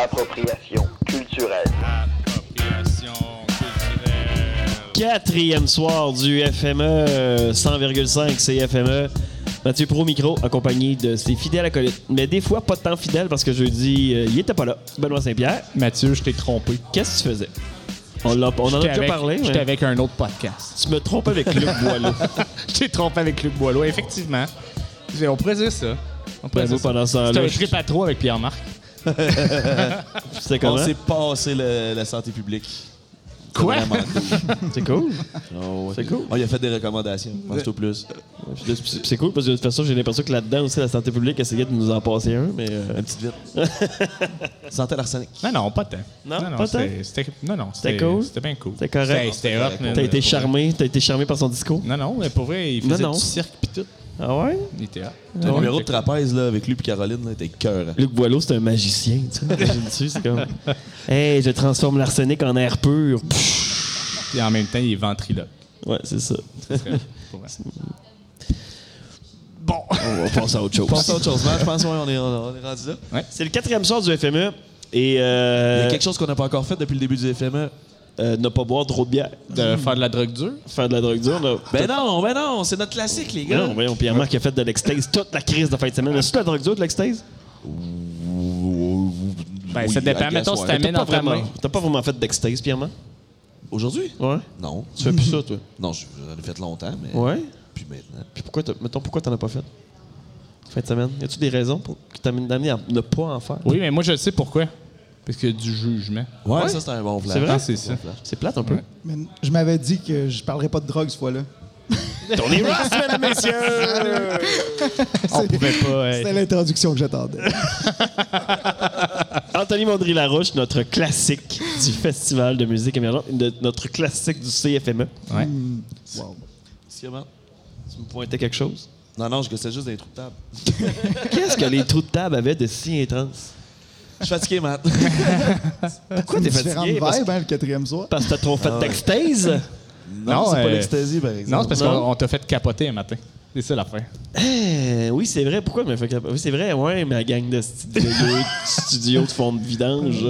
Appropriation culturelle. Appropriation culturelle. Quatrième soir du FME euh, 100,5 CFME. E. Mathieu Pro Micro, accompagné de ses fidèles acolytes. Mais des fois, pas tant fidèles parce que jeudi, euh, il était pas là. Benoît Saint-Pierre, Mathieu, je t'ai trompé. qu'est-ce que tu faisais? On, l'a- on en a J'étais déjà avec- parlé. J'étais mais avec un autre podcast. Tu me trompes avec Luc Boileau. Je t'ai trompé avec Luc Boileau, effectivement. J'ai- On prédit ça. On Ben, prédit moi, ça. pendant ce C'était temps-là, un trip à trois avec Pierre-Marc. c'était On comment? s'est passé le- la santé publique. C'est Quoi? vraiment cool. C'est cool. Oh, ouais. C'est cool. On lui a fait des recommandations, pense au plus. Puis C'est cool parce que de toute façon, j'ai l'impression que là-dedans aussi, la santé publique essayait de nous en passer un, mais... euh, Une petite vite. santé à l'arsenic. Non, non, pas tant. Non, pas tant? c'était- C'était non, non, C'était c'était cool? C'était bien cool. C'était correct? C'était- C'était hot, man. T'as été Pour charmé, t'as été charmé par son discours. vrai. Non, non, mais pour vrai, il Non, faisait non. du cirque pis tout. Ah ouais? Il était hot. Le Ouais. numéro de trapèze là, avec lui et Caroline là, était cœur. Luc Boileau, c'est un magicien, tu sais. Imagine-tu, c'est comme... Hey, je transforme l'arsenic en air pur. Pfff. Puis en même temps, il est ventriloque. Ouais, c'est ça. C'est très- pour vrai. Bon. On va passer à autre chose. Pense à autre chose, man. Je pense qu'on est, on on est rendu là. C'est le quatrième soir du FME et... Il y Euh, a quelque chose qu'on n'a pas encore fait depuis le début du E. FME. euh, ne pas boire trop de bière. De faire de la drogue dure. Faire de la drogue dure, là. Ben non, ben non, c'est notre classique, les gars. non, voyons, Pierre-Marc a fait de l'extase toute la crise de fin de semaine. Est-ce que la drogue dure de l'extase? Ben, ça dépend. I guess, Mettons, si ouais. t'as- T'as mets pas, dans ta vraiment, main. t'as pas vraiment fait d'extase, Pierre-Marc? Aujourd'hui? Ouais. Non. Tu fais plus ça, toi? Non, je- j'en ai fait longtemps, mais. Ouais. Puis maintenant. Puis pourquoi, t'as- mettons, pourquoi t'en as pas fait? Fin de semaine. Y a-tu des raisons pour, qui t'amènent d'amener à ne pas en faire? Oui, mais moi, je sais pourquoi. Parce que du jugement. Ouais, ça, c'est un bon flash. C'est vrai? Ah, c'est ça. C'est plate un peu. Mais je m'avais dit que je parlerais pas de drogue cette fois-là. Tony Ross, mesdames et messieurs! On pouvait pas. C'était hey. l'introduction que j'attendais. Anthony Mondry-Larouche, notre classique du Festival de musique émergente, de- notre classique du CFME. Ouais. Hmm. Wow. Excusez-moi. E. Tu me pointais quelque chose? Non, non, je gossais juste des trous de table. Qu'est-ce que les trous de table avaient de si intense? Je suis fatigué, Matt. Pourquoi t'es Différentes fatigué? Parce, vibes, hein, le quatrième soir. parce que t'as trop fait d'extase? Non, c'est pas euh, l'ecstasy, par exemple. Non, c'est parce Non. qu'on on t'a fait capoter un matin. C'est ça l'affaire. Eh, oui, c'est vrai. Pourquoi? Mais fait que- oui, c'est vrai. Ouais, ma gang de studio, studio de fond de vidange.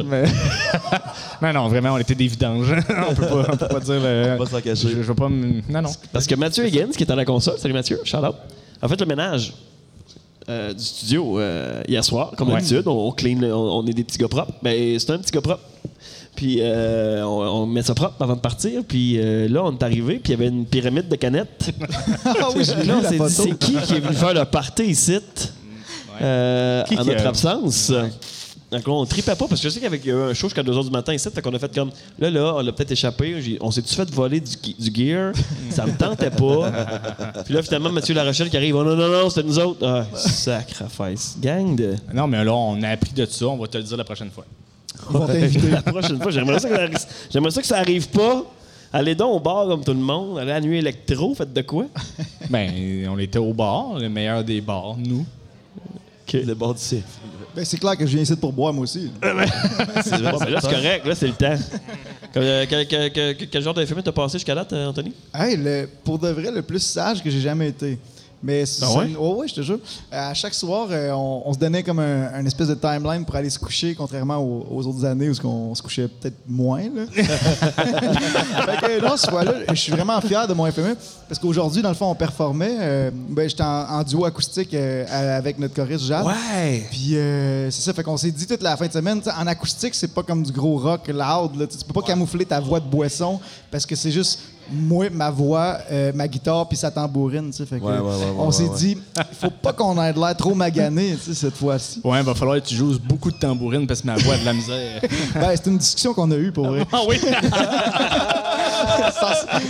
non, non, vraiment, on était des vidanges. on, peut pas, on peut pas dire. le- On va s'en je, cacher. je veux pas me. Non, non. Parce que Mathieu Higgins, qui est à la console, salut Mathieu, shout out, a fait le ménage euh, du studio euh, hier soir, comme Ouais. d'habitude. On, on clean, le- on, on est des petits gars propres. Ben, c'est un petit gars propre. Puis euh, on, on met ça propre avant de partir. Puis euh, là, on est arrivé, puis il y avait une pyramide de canettes. Ah oui, j'ai vu là, on la s'est dit, photo. c'est qui qui est venu faire le party ici euh, Qui en qui notre a- absence? Donc là, on tripait pas parce que je sais qu'avec il y a eu un show jusqu'à 2h du matin ici, fait qu'on a fait comme là, là, on l'a peut-être échappé. J'ai- On s'est-tu fait voler du, gui- du gear? Ça me tentait pas. Puis là, finalement, Mathieu Larochelle qui arrive, oh non, non, non, c'était nous autres. Ah, sacrifice. Gang de. Non, mais là, on a appris de ça. On va te le dire la prochaine fois. Ils vont t'inviter. La prochaine fois, j'aimerais ça que ça arrive, j'aimerais ça, que ça arrive pas. Allez donc au bar comme tout le monde, allez à nuit électro, faites de quoi? Ben, on était au bar, le meilleur des bars, nous. Le bord du cirque. Ben, c'est clair que je viens ici pour boire, moi aussi. C'est vrai, Bon, ben là, c'est ça. correct, là, c'est le temps. Comme, euh, que- que- que- que- quel genre de film t'as passé jusqu'à date, euh, Anthony? Hey, le- pour de vrai, le plus sage que j'ai jamais été. Mais c'est- Ah ouais? c'est- ouais, ouais, je te jure. Euh, À chaque soir, euh, on, on se donnait comme un, un espèce de timeline pour aller se coucher, contrairement aux, aux autres années où on se couchait peut-être moins. Là. fait que, non, ce fois-là, je suis vraiment fier de mon FME parce qu'aujourd'hui, dans le fond, on performait. euh, ben, J'étais en, en duo acoustique euh, à- avec notre choriste Jade. Ouais! Puis euh, c'est ça, fait qu'on s'est dit toute la fin de semaine, t'sais, en acoustique, c'est pas comme du gros rock loud. Là, t'sais, tu peux pas camoufler ta voix de boisson parce que c'est juste moi, ma voix, euh, ma guitare puis sa tambourine. t'sais, Fait que, Ouais, ouais, ouais, ouais, on ouais, s'est ouais. dit, faut pas qu'on ait de l'air trop magané t'sais, cette fois-ci. Ouais, va falloir que tu joues beaucoup de tambourine parce que ma voix a de la misère. Ben, c'est une discussion qu'on a eue pour vrai. ah oui!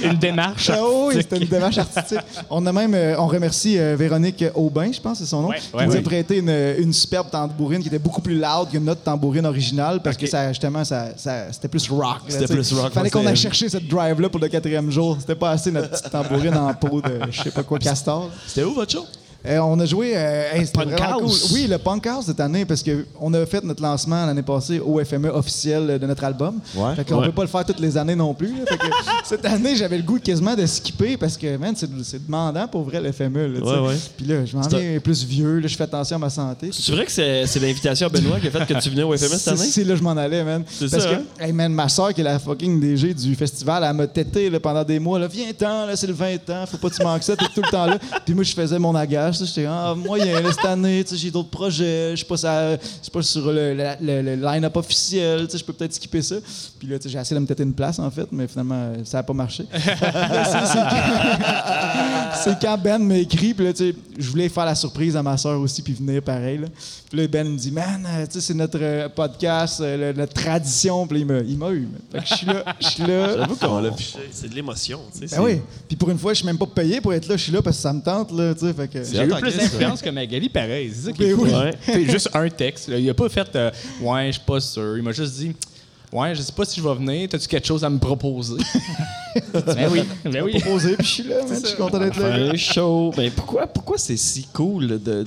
Une démarche. Ah oui, c'était une démarche artistique. On a même, euh, on remercie euh, Véronique Aubin, je pense, c'est son nom, Ouais, qui ouais, nous a oui. prêté une, une superbe tambourine qui était beaucoup plus loud que notre tambourine originale parce Ok. que ça, justement, ça, ça- c'était plus rock. là, C'était tu sais. plus rock, moi, Fallait qu'on aille c'était- chercher cette drive-là pour le quatrième jour. C'était pas assez notre petite tambourine en peau de, je sais pas quoi, castor. C'était où votre show? Euh, on a joué. euh, hey, c'était Punk vraiment House. cool. Oui, le Punk House cette année, parce qu'on a fait notre lancement l'année passée au FME officiel de notre album. Ouais. Fait qu'on Ouais. peut pas le faire toutes les années non plus. là. Fait que cette année, j'avais le goût quasiment de skipper parce que, man, c'est c'est demandant pour vrai le FME. Là, tu sais. Ouais, ouais. Puis là, je m'en C'est viens plus vieux, là, je fais attention à ma santé. C'est vrai que c'est c'est l'invitation à Benoît qui a fait que tu venais au FMS cette C'est année? c'est là que je m'en allais, man. C'est Parce ça, que, hein? hey, man, ma soeur, qui est la fucking DG du festival, elle m'a tété là, pendant des mois. là, Viens-t'en, là, c'est le 20 ans, faut pas que tu manques ça, t'es tout le temps là. Puis moi, je faisais mon agage. tu sais, J'étais, ah, moyen, là, cette année, tu sais, j'ai d'autres projets, je suis pas, sur- je suis pas sur le, le- le- le line-up officiel, tu sais, je peux peut-être skipper ça. Puis là, tu sais, j'ai essayé de me têter une place, en fait, mais finalement, euh, ça a pas marché. C'est quand Ben m'a écrit, puis là, tu sais, je voulais faire la surprise à ma soeur aussi, puis venir pareil. Là. Puis là, Ben il me dit, man, euh, tu sais, c'est notre euh, podcast, euh, le- notre tradition, puis là, il m'a- il m'a eu. man. Fait que je suis là, je suis là. J'avoue qu'on l'a piché. C'est de l'émotion, tu sais. c'est- Ben oui. Puis pour une fois, je suis même pas payé pour être là, je suis là parce que ça me tente, là, tu sais. Fait que. J'ai eu Attends, plus Chris, d'influence que Magali, pareil. C'est ça qui Ben est fou. oui. Ouais. C'est juste un texte. là. Il a pas fait euh, Ouais, je suis pas sûr. Il m'a juste dit Ouais, je sais pas si je vais venir. T'as-tu quelque chose à me proposer? ben oui. Ben oui. Proposé, puis je suis là, man, je suis content d'être là. Enfin, chaud. Mais Ben, pourquoi, pourquoi c'est si cool de, de,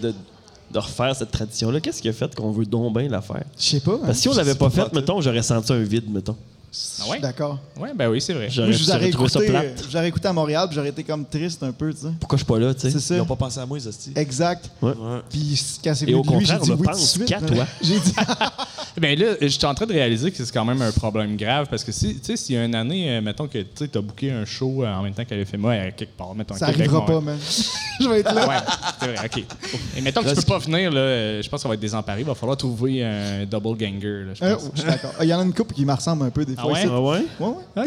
de refaire cette tradition-là? Qu'est-ce qui a fait qu'on veut donc bien la faire? Je sais pas. hein. Parce que si on Je l'avait sais pas faite, mettons, j'aurais senti un vide, mettons. Je Ah ouais? suis d'accord. Ouais, ben oui, c'est vrai. J'aurais Moi, je vous aurais j'aurais trouvé ça écouté, euh, plate. je vous aurais écouté à Montréal, puis j'aurais été comme triste un peu, tu sais. Pourquoi je suis pas là, tu C'est sais? ça. Ils ont pas pensé à moi, les hosties. Exact. Ouais. Puis quand c'est Et venu au de lui, j'ai contraire, dit on oui le tout de pense suite, qu'à man. toi. J'ai dit Ben là, je suis en train de réaliser que c'est quand même un problème grave parce que si, tu sais, s'il y a une année, euh, mettons que tu as booké un show euh, en même temps qu'elle a fait moi à quelque part, mettons. à ça Québec, arrivera pas, Montréal. man. je vais être là. Ouais, c'est vrai, ok. Et mettons que tu peux pas venir, là, euh, je pense qu'on va être désemparé. Il va falloir trouver un double ganger, là, je Euh, pense. je suis d'accord. Il y en a une couple qui me ressemble un peu des fois. Ah ouais? ici. Ah ouais? Ouais, ouais.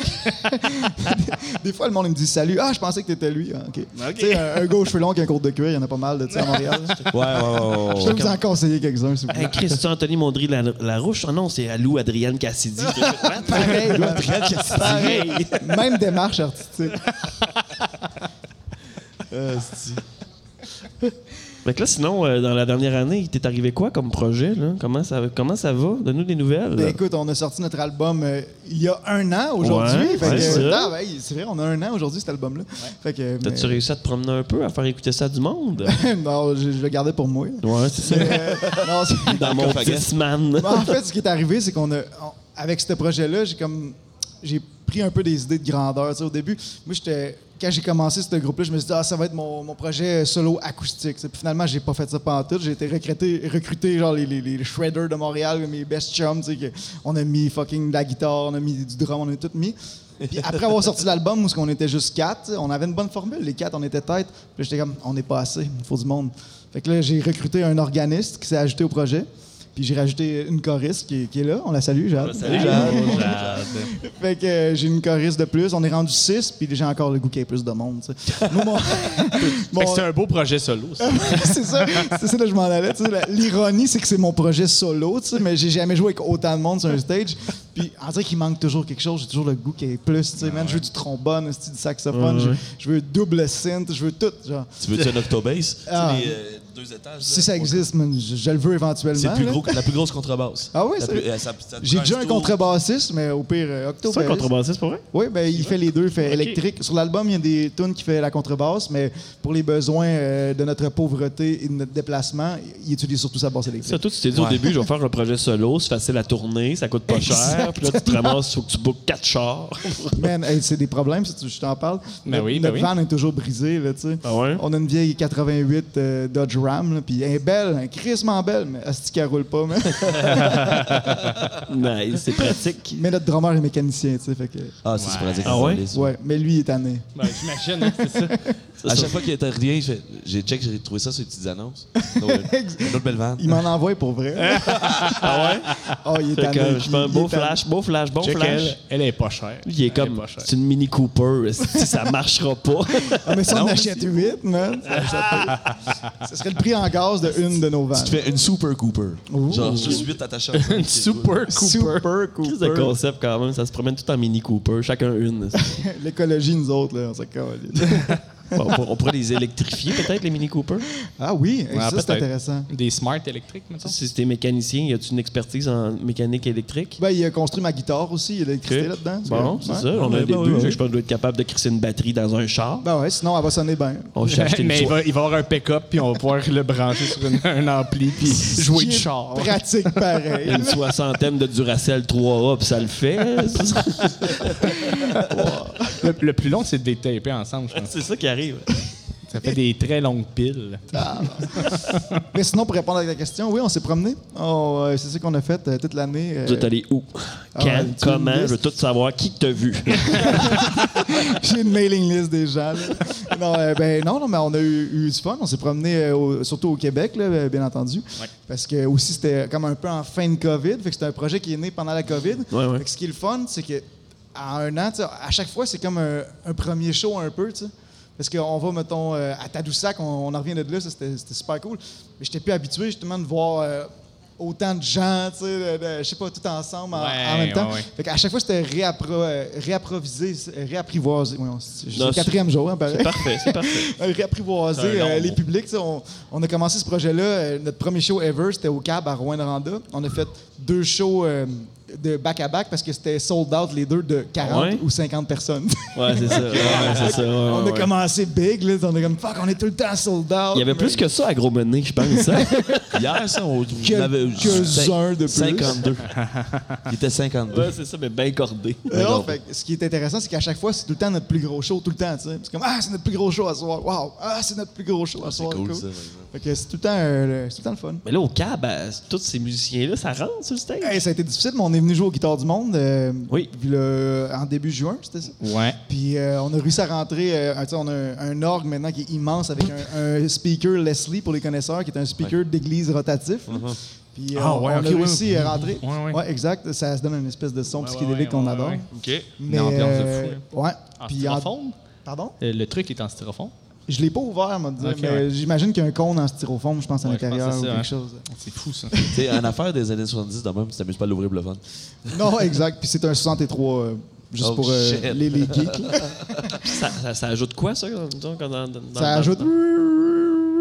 des fois, le monde il me dit salut. Ah, je pensais que t'étais lui. Ah, OK. Tu sais, un, un gauche cheveux long qui a un cours de cuir, il y en a pas mal de ça à Montréal. Ouais, ouais, ouais. Je ouais, peux ouais. vous en conseiller quelques-uns, s'il vous plaît. Hey, Chris, c'est Anthony Mondry La- Larouche? Ah non, c'est Alou Adrienne Cassidy. Pareil, man. Pareil. Même démarche artistique. Fait que là, sinon, euh, dans la dernière année, il t'est arrivé quoi comme projet? Là? Comment, ça, comment ça va? Donne-nous des nouvelles. Ben, écoute, on a sorti notre album euh, il y a un an aujourd'hui. Ouais, Fait que, ouais, c'est euh, ça. ah, ouais, c'est vrai, on a un an aujourd'hui cet album-là. Fait que, T'as-tu mais- réussi à te promener un peu, à faire écouter ça à du monde? non, je, je le gardais pour moi. ouais, c'est ça. Euh, non, c'est- Dans mon Cofagas. petit man. Ben, en fait, ce qui est arrivé, c'est qu'on a. on- avec ce projet-là, j'ai comme. J'ai pris un peu des idées de grandeur. Tu sais, au début, moi, j'étais. Quand j'ai commencé ce groupe-là, je me suis dit, ah, ça va être mon, mon projet solo acoustique. tu sais. Puis finalement, j'ai pas fait ça pendant tout. J'ai été recruté, recruté genre les, les, les shredders de Montréal, mes best chums. tu sais, que On a mis fucking de la guitare, on a mis du drum, on a tout mis. Puis après avoir sorti l'album, où on était juste quatre, tu sais, on avait une bonne formule. Les quatre, on était tête. Puis j'étais comme, on n'est pas assez, il faut du monde. Fait que là, j'ai recruté un organiste qui s'est ajouté au projet. Puis j'ai rajouté une choriste qui est, qui est là. On la salue, Jade. Fait que euh, j'ai une choriste de plus. On est rendu 6, puis j'ai encore le goût qu'il y ait plus de monde. tu sais. Moi, mon- mon- Fait que c'est un beau projet solo, ça. c'est ça, c'est ça là je m'en allais. tu sais, la- L'ironie, c'est que c'est mon projet solo, tu sais, mais j'ai jamais joué avec autant de monde sur un stage. Puis on dirait qu'il manque toujours quelque chose. J'ai toujours le goût qu'il y ait plus. tu sais, man, Je veux du trombone, un style du saxophone, je- je, veux double synth, je veux tout. Genre. Tu veux-tu un octobase? Tu sais, Ah. les, euh, deux étages. Si là, ça trois- existe, man, je, je le veux éventuellement. C'est le plus là. gros- la plus grosse contrebasse. Ah ouais, La c'est- plus- euh, ça- ça te J'ai prend déjà un tour. contrebassiste, mais au pire, euh, C'est ça, octobassiste. contrebassiste, pour vrai? Oui, ben, il fait les deux, il fait électrique. Sur l'album, il y a des tunes qui fait la contrebasse, mais pour les besoins euh, de notre pauvreté et de notre déplacement, il utilise surtout sa basse électrique. Ça, toi, tu t'es dit au début, je vais faire un projet solo, c'est facile à tourner, ça coûte pas cher. Puis là, tu te ramasses, faut que tu bookes quatre chars. Man, hey, c'est des problèmes, si tu- je t'en parle. Ben Notre- oui, ben notre oui. van est toujours brisé, là, tu sais. Ah ouais? On a une vieille 88 euh, Dodge Ram, là, puis elle est belle, un crissement belle, mais asti qu'elle roule pas, man. nice, c'est pratique. mais notre drummer est mécanicien, tu sais, fait que... Ah, c'est pratique. Ah ouais? c'est- Ouais, mais lui, il est tanné. Ben, J'imagine, hein, c'est ça. À chaque fois qu'il était rien, il fait- j'ai check, j'ai trouvé ça sur les petites annonces. Donc, euh, Une autre belle vanne. Il m'en envoie pour vrai. Ah ouais? Oh, il est Fait tanné. que euh, je fais un il- beau il est tanné. flash, beau flash, bon Check elle, flash. elle est pas chère. Il est Elle est comme, pas chère. c'est une Mini Cooper, si ça marchera pas. Ah, mais si on achète 8, man, ça achète- ce serait le prix en gaz de une de nos vannes. Tu fais une Super Cooper. Genre, juste 8 attachants. Une Super Cooper. Super C'est le Cooper. concept quand même, ça se promène tout en Mini Cooper, chacun une. L'écologie, nous autres, là, on s'en calisse. On, pour- on pourrait les électrifier, peut-être, les Mini Cooper. Ah oui, Ouais, ça, c'est peut-être. intéressant. Des smart électriques, mettons. Si t'es mécanicien, y a-tu une expertise en mécanique électrique? Ben, il a construit ma guitare aussi, il a l'électricité Ok. là-dedans. Bon, c'est Ben, Ouais. ça. On a Ouais, un ben début. oui, oui. Je pense qu'on doit être capable de crisser une batterie dans un char. Ben ouais, sinon elle va sonner bien. On cherche une Mais il soie. va, il va avoir un pick-up, puis on va pouvoir le brancher sur une- un ampli, puis jouer du Qui est char. Pratique pareil. une soixantaine de Duracell 3A, puis ça le fait. Le, le plus long, c'est de les taper ensemble, je pense. c'est ça qui arrive. Ça fait des très longues piles. Mais sinon, pour répondre à ta question, oui, on s'est promené. Oh, euh, c'est ça qu'on a fait euh, toute l'année. euh, Vous êtes allé où? Ah, Quand? ouais, tu comment? me Je laisses- veux tout savoir. Qui t'a vu? J'ai une mailing list des gens. là. Non, euh, ben, non, non, mais on a eu, eu du fun. On s'est promené euh, au- surtout au Québec, là, euh, bien entendu. Parce que aussi, c'était comme un peu en fin de COVID. Fait que c'était un projet qui est né pendant la COVID. Ouais, ouais. Fait que ce qui est le fun, c'est que à un an, tu sais, à chaque fois, c'est comme un, un premier show un peu. tu sais. Parce qu'on va, mettons, euh, à Tadoussac, on, on en revient de là, ça, c'était c'était super cool. Mais j'étais plus habitué justement de voir. euh, Autant de gens, tu sais, de- de- je sais pas, tout ensemble en, Ouais, en même temps. ouais, ouais. Fait qu'à chaque fois, c'était réappro euh, réapprovisé, euh, réapprivoisé. Oui, on- c'est Non, le quatrième jour, hein, pareil. parfait, c'est parfait. Euh, Réapprivoiser C'est un euh, long les mot. publics. tu sais, On, on a commencé ce projet-là. euh, notre premier show ever, c'était au CAB à Rouen-Noranda. On a fait deux shows euh, de back-à-back parce que c'était sold out les deux de 40 Ouais. ou 50 personnes. Ouais, c'est ça. Ouais, ouais, c'est ça. Ouais, on a ouais, ouais. commencé big. Là, on est comme « Fuck, on est tout le temps sold out ». Il y avait plus que ça à Gros Mené, je pense. hein? Hier, ça, on Quel- on avait quelques-uns de plus. 52. Il était 52. Ouais, c'est ça, mais bien cordé. Alors, fait que ce qui est intéressant, c'est qu'à chaque fois, c'est tout le temps notre plus gros show, tout le temps. tu sais. C'est comme Ah, c'est notre plus gros show à soir. Wow, ah, c'est notre plus gros show à C'est soir. cool, cool. ça, par exemple. Fait que c'est tout le temps, euh, le- c'est tout le temps le fun. Mais là, au cab, euh, tous ces musiciens-là, ça rentre sur le stage. Hey, ça a été difficile, mais on est venu jouer aux guitares du monde. euh, Oui. Puis le- en début juin, c'était ça. Ouais. Puis euh, on a réussi à rentrer. euh, tu sais, on a un, un orgue maintenant qui est immense avec un, un speaker Leslie pour les connaisseurs, qui est un speaker d'église rotatif. Puis euh, Ah, on, ouais, on ok, a ouais. réussi à rentrer. Ouais, ouais. exact. Ça se donne une espèce de son Ouais, psychédélique ouais, ouais, qu'on ouais, adore. ouais. OK. Mais, Une ambiance de hein. Ah, euh, Ouais. En Puis en- styrofoam? Pardon? Euh, Le truc est en styrofoam. Je l'ai pas ouvert, moi, de dire, Ok, mais ouais. j'imagine qu'il y a un cône en styrofoam, je pense, à Ouais, je pense l'intérieur que c'est ou ça, quelque hein. chose. C'est fou, ça. Tu sais, en affaire des années 70, de même, tu t'amuses pas à l'ouvrir pour le fun. Non, exact. Puis c'est un 63, euh, juste Oh, pour euh, shit. les, les geeks. là. Ça, ça- ça ajoute quoi, ça? disons, quand dans- dans- Ça dans- ajoute.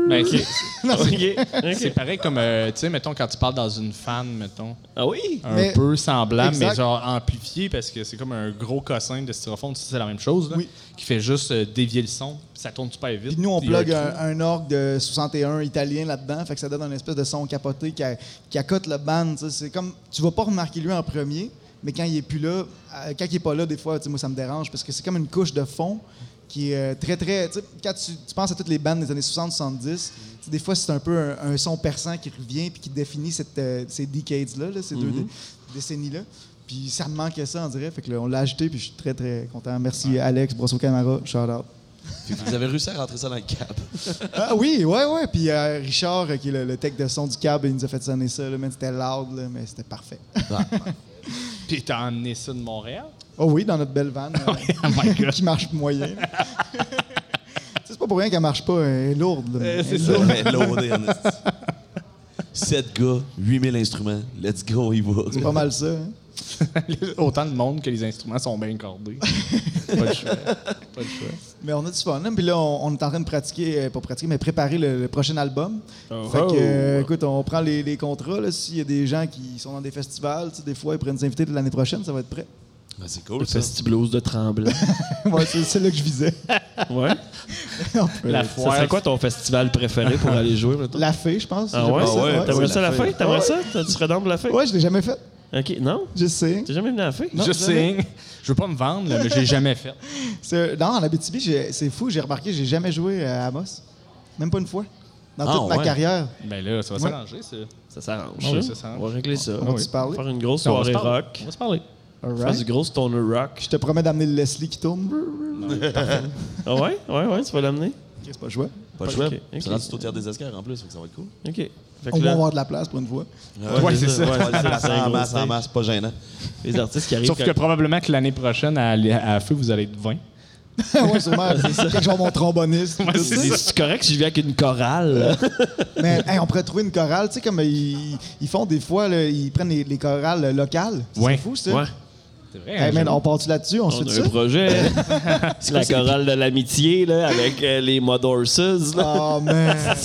Ben, c'est- OK. c'est OK. pareil comme, euh, tu sais, mettons, quand tu parles dans une fan, mettons. Ah oui? Un Mais- peu semblable, mais Exact. genre amplifié parce que c'est comme un gros cossin de styrofoam, tu sais, c'est la même chose, là, Oui. qui fait juste euh, dévier le son, puis ça tourne super vite. Puis nous, on il y a plug un un, un orgue de 61 italien là-dedans. Fait que ça donne un espèce de son capoté qui, a- qui accote le band. tu sais. C'est comme. Tu vas pas remarquer lui en premier, mais quand il est plus là, euh, quand il est pas là, des fois, tu sais, moi, ça me dérange parce que c'est comme une couche de fond qui est euh, très, très. tu sais, Quand tu, tu penses à toutes les bandes des années 60-70, des fois, c'est un peu un, un son perçant qui revient puis qui définit cette, euh, ces decades-là, là, ces Mm-hmm. deux dé- décennies-là. Puis ça me manquait ça, on dirait. Fait que là, on l'a ajouté, puis je suis très, très content. Merci, Alex, Brosso-Camara, shout-out. Puis vous avez réussi à rentrer ça dans le cap. Ah oui, ouais, ouais. Puis euh, Richard, euh, qui est le, le tech de son du câble, il nous a fait sonner ça. Là, man, c'était loud, là, mais c'était parfait. truc. Puis t'as emmené ça de Montréal? Oh oui, dans notre belle van, euh, oh my God. qui marche moyen. Tu sais, c'est pas pour rien qu'elle marche pas. Elle est lourde. Euh, là, mais elle est C'est lourde. ça. Loadé, en esti. Sept gars, 8000 instruments. Let's go, il va. C'est pas mal ça. hein. Autant de monde que les instruments sont bien cordés. pas le choix. Pas le choix. Mais on a du fun. hein. Puis là, on, on est en train de pratiquer, euh, pas pratiquer, mais préparer le, le prochain album. Oh. fait que, euh, écoute, on prend les, les contrats. là. S'il y a des gens qui sont dans des festivals, tu sais, des fois, ils prennent des invités de l'année prochaine, ça va être prêt. Ah, c'est Le cool, ça. festiblose de Tremblant. Ouais, c'est c'est là que je visais. ouais. La Euh, Ça foire. serait quoi ton festival préféré pour aller jouer, maintenant? La fée, je pense. Ah J'ai ouais? pas ça, ouais. T'aimerais ça à la fin? T'aimerais Ouais. ça? Tu serais dans pour la fin? Ouais, je l'ai jamais fait. OK, non? Je sais. T'es jamais venu à la fin? Non, Just jamais. saying. Je veux pas me vendre, là, mais j'ai jamais fait. C'est- Non, en Abitibi, j'ai- c'est fou, j'ai remarqué, j'ai jamais joué euh, à Amos. Même pas une fois. Dans Ah, toute ma ouais. carrière. Ben là, ça va Ouais. s'arranger, ça. Ça s'arrange. Oui, ça ça. s'arrange. On va régler ça. On va-tu parler? faire une grosse On va se soirée parler. rock. On va se parler. Faire du gros stoner rock. Je te promets d'amener le Leslie qui tourne. Ah ouais? Ouais, ouais, tu vas l'amener? C'est pas joué. Pas le choix. Ok, ok. C'est rendu tout au tiers des escars en plus, fait que ça va être cool. OK. Fait que On va là- avoir de la place pour une fois. Ah Ouais, c'est ça. Ouais, c'est ça, c'est un En gros masse, en stage. masse, pas gênant. Les artistes qui arrivent. Sauf que quand- probablement que l'année prochaine, à, à feu, vous allez être 20. ouais, sûrement. Quand je vais mon tromboniste. tout ça. C'est c'est correct si je viens avec une chorale. Mais hey, on pourrait trouver une chorale, tu sais, comme ils, ils font des fois, là, ils prennent les, les chorales locales. C'est Ouais. fou, ça. C'est vrai. hein, Hey, man, on part-tu là-dessus? On, se On fait a ça? un projet. C'est la chorale de l'amitié, là, avec euh, les Mud Horses. là. Oh, man.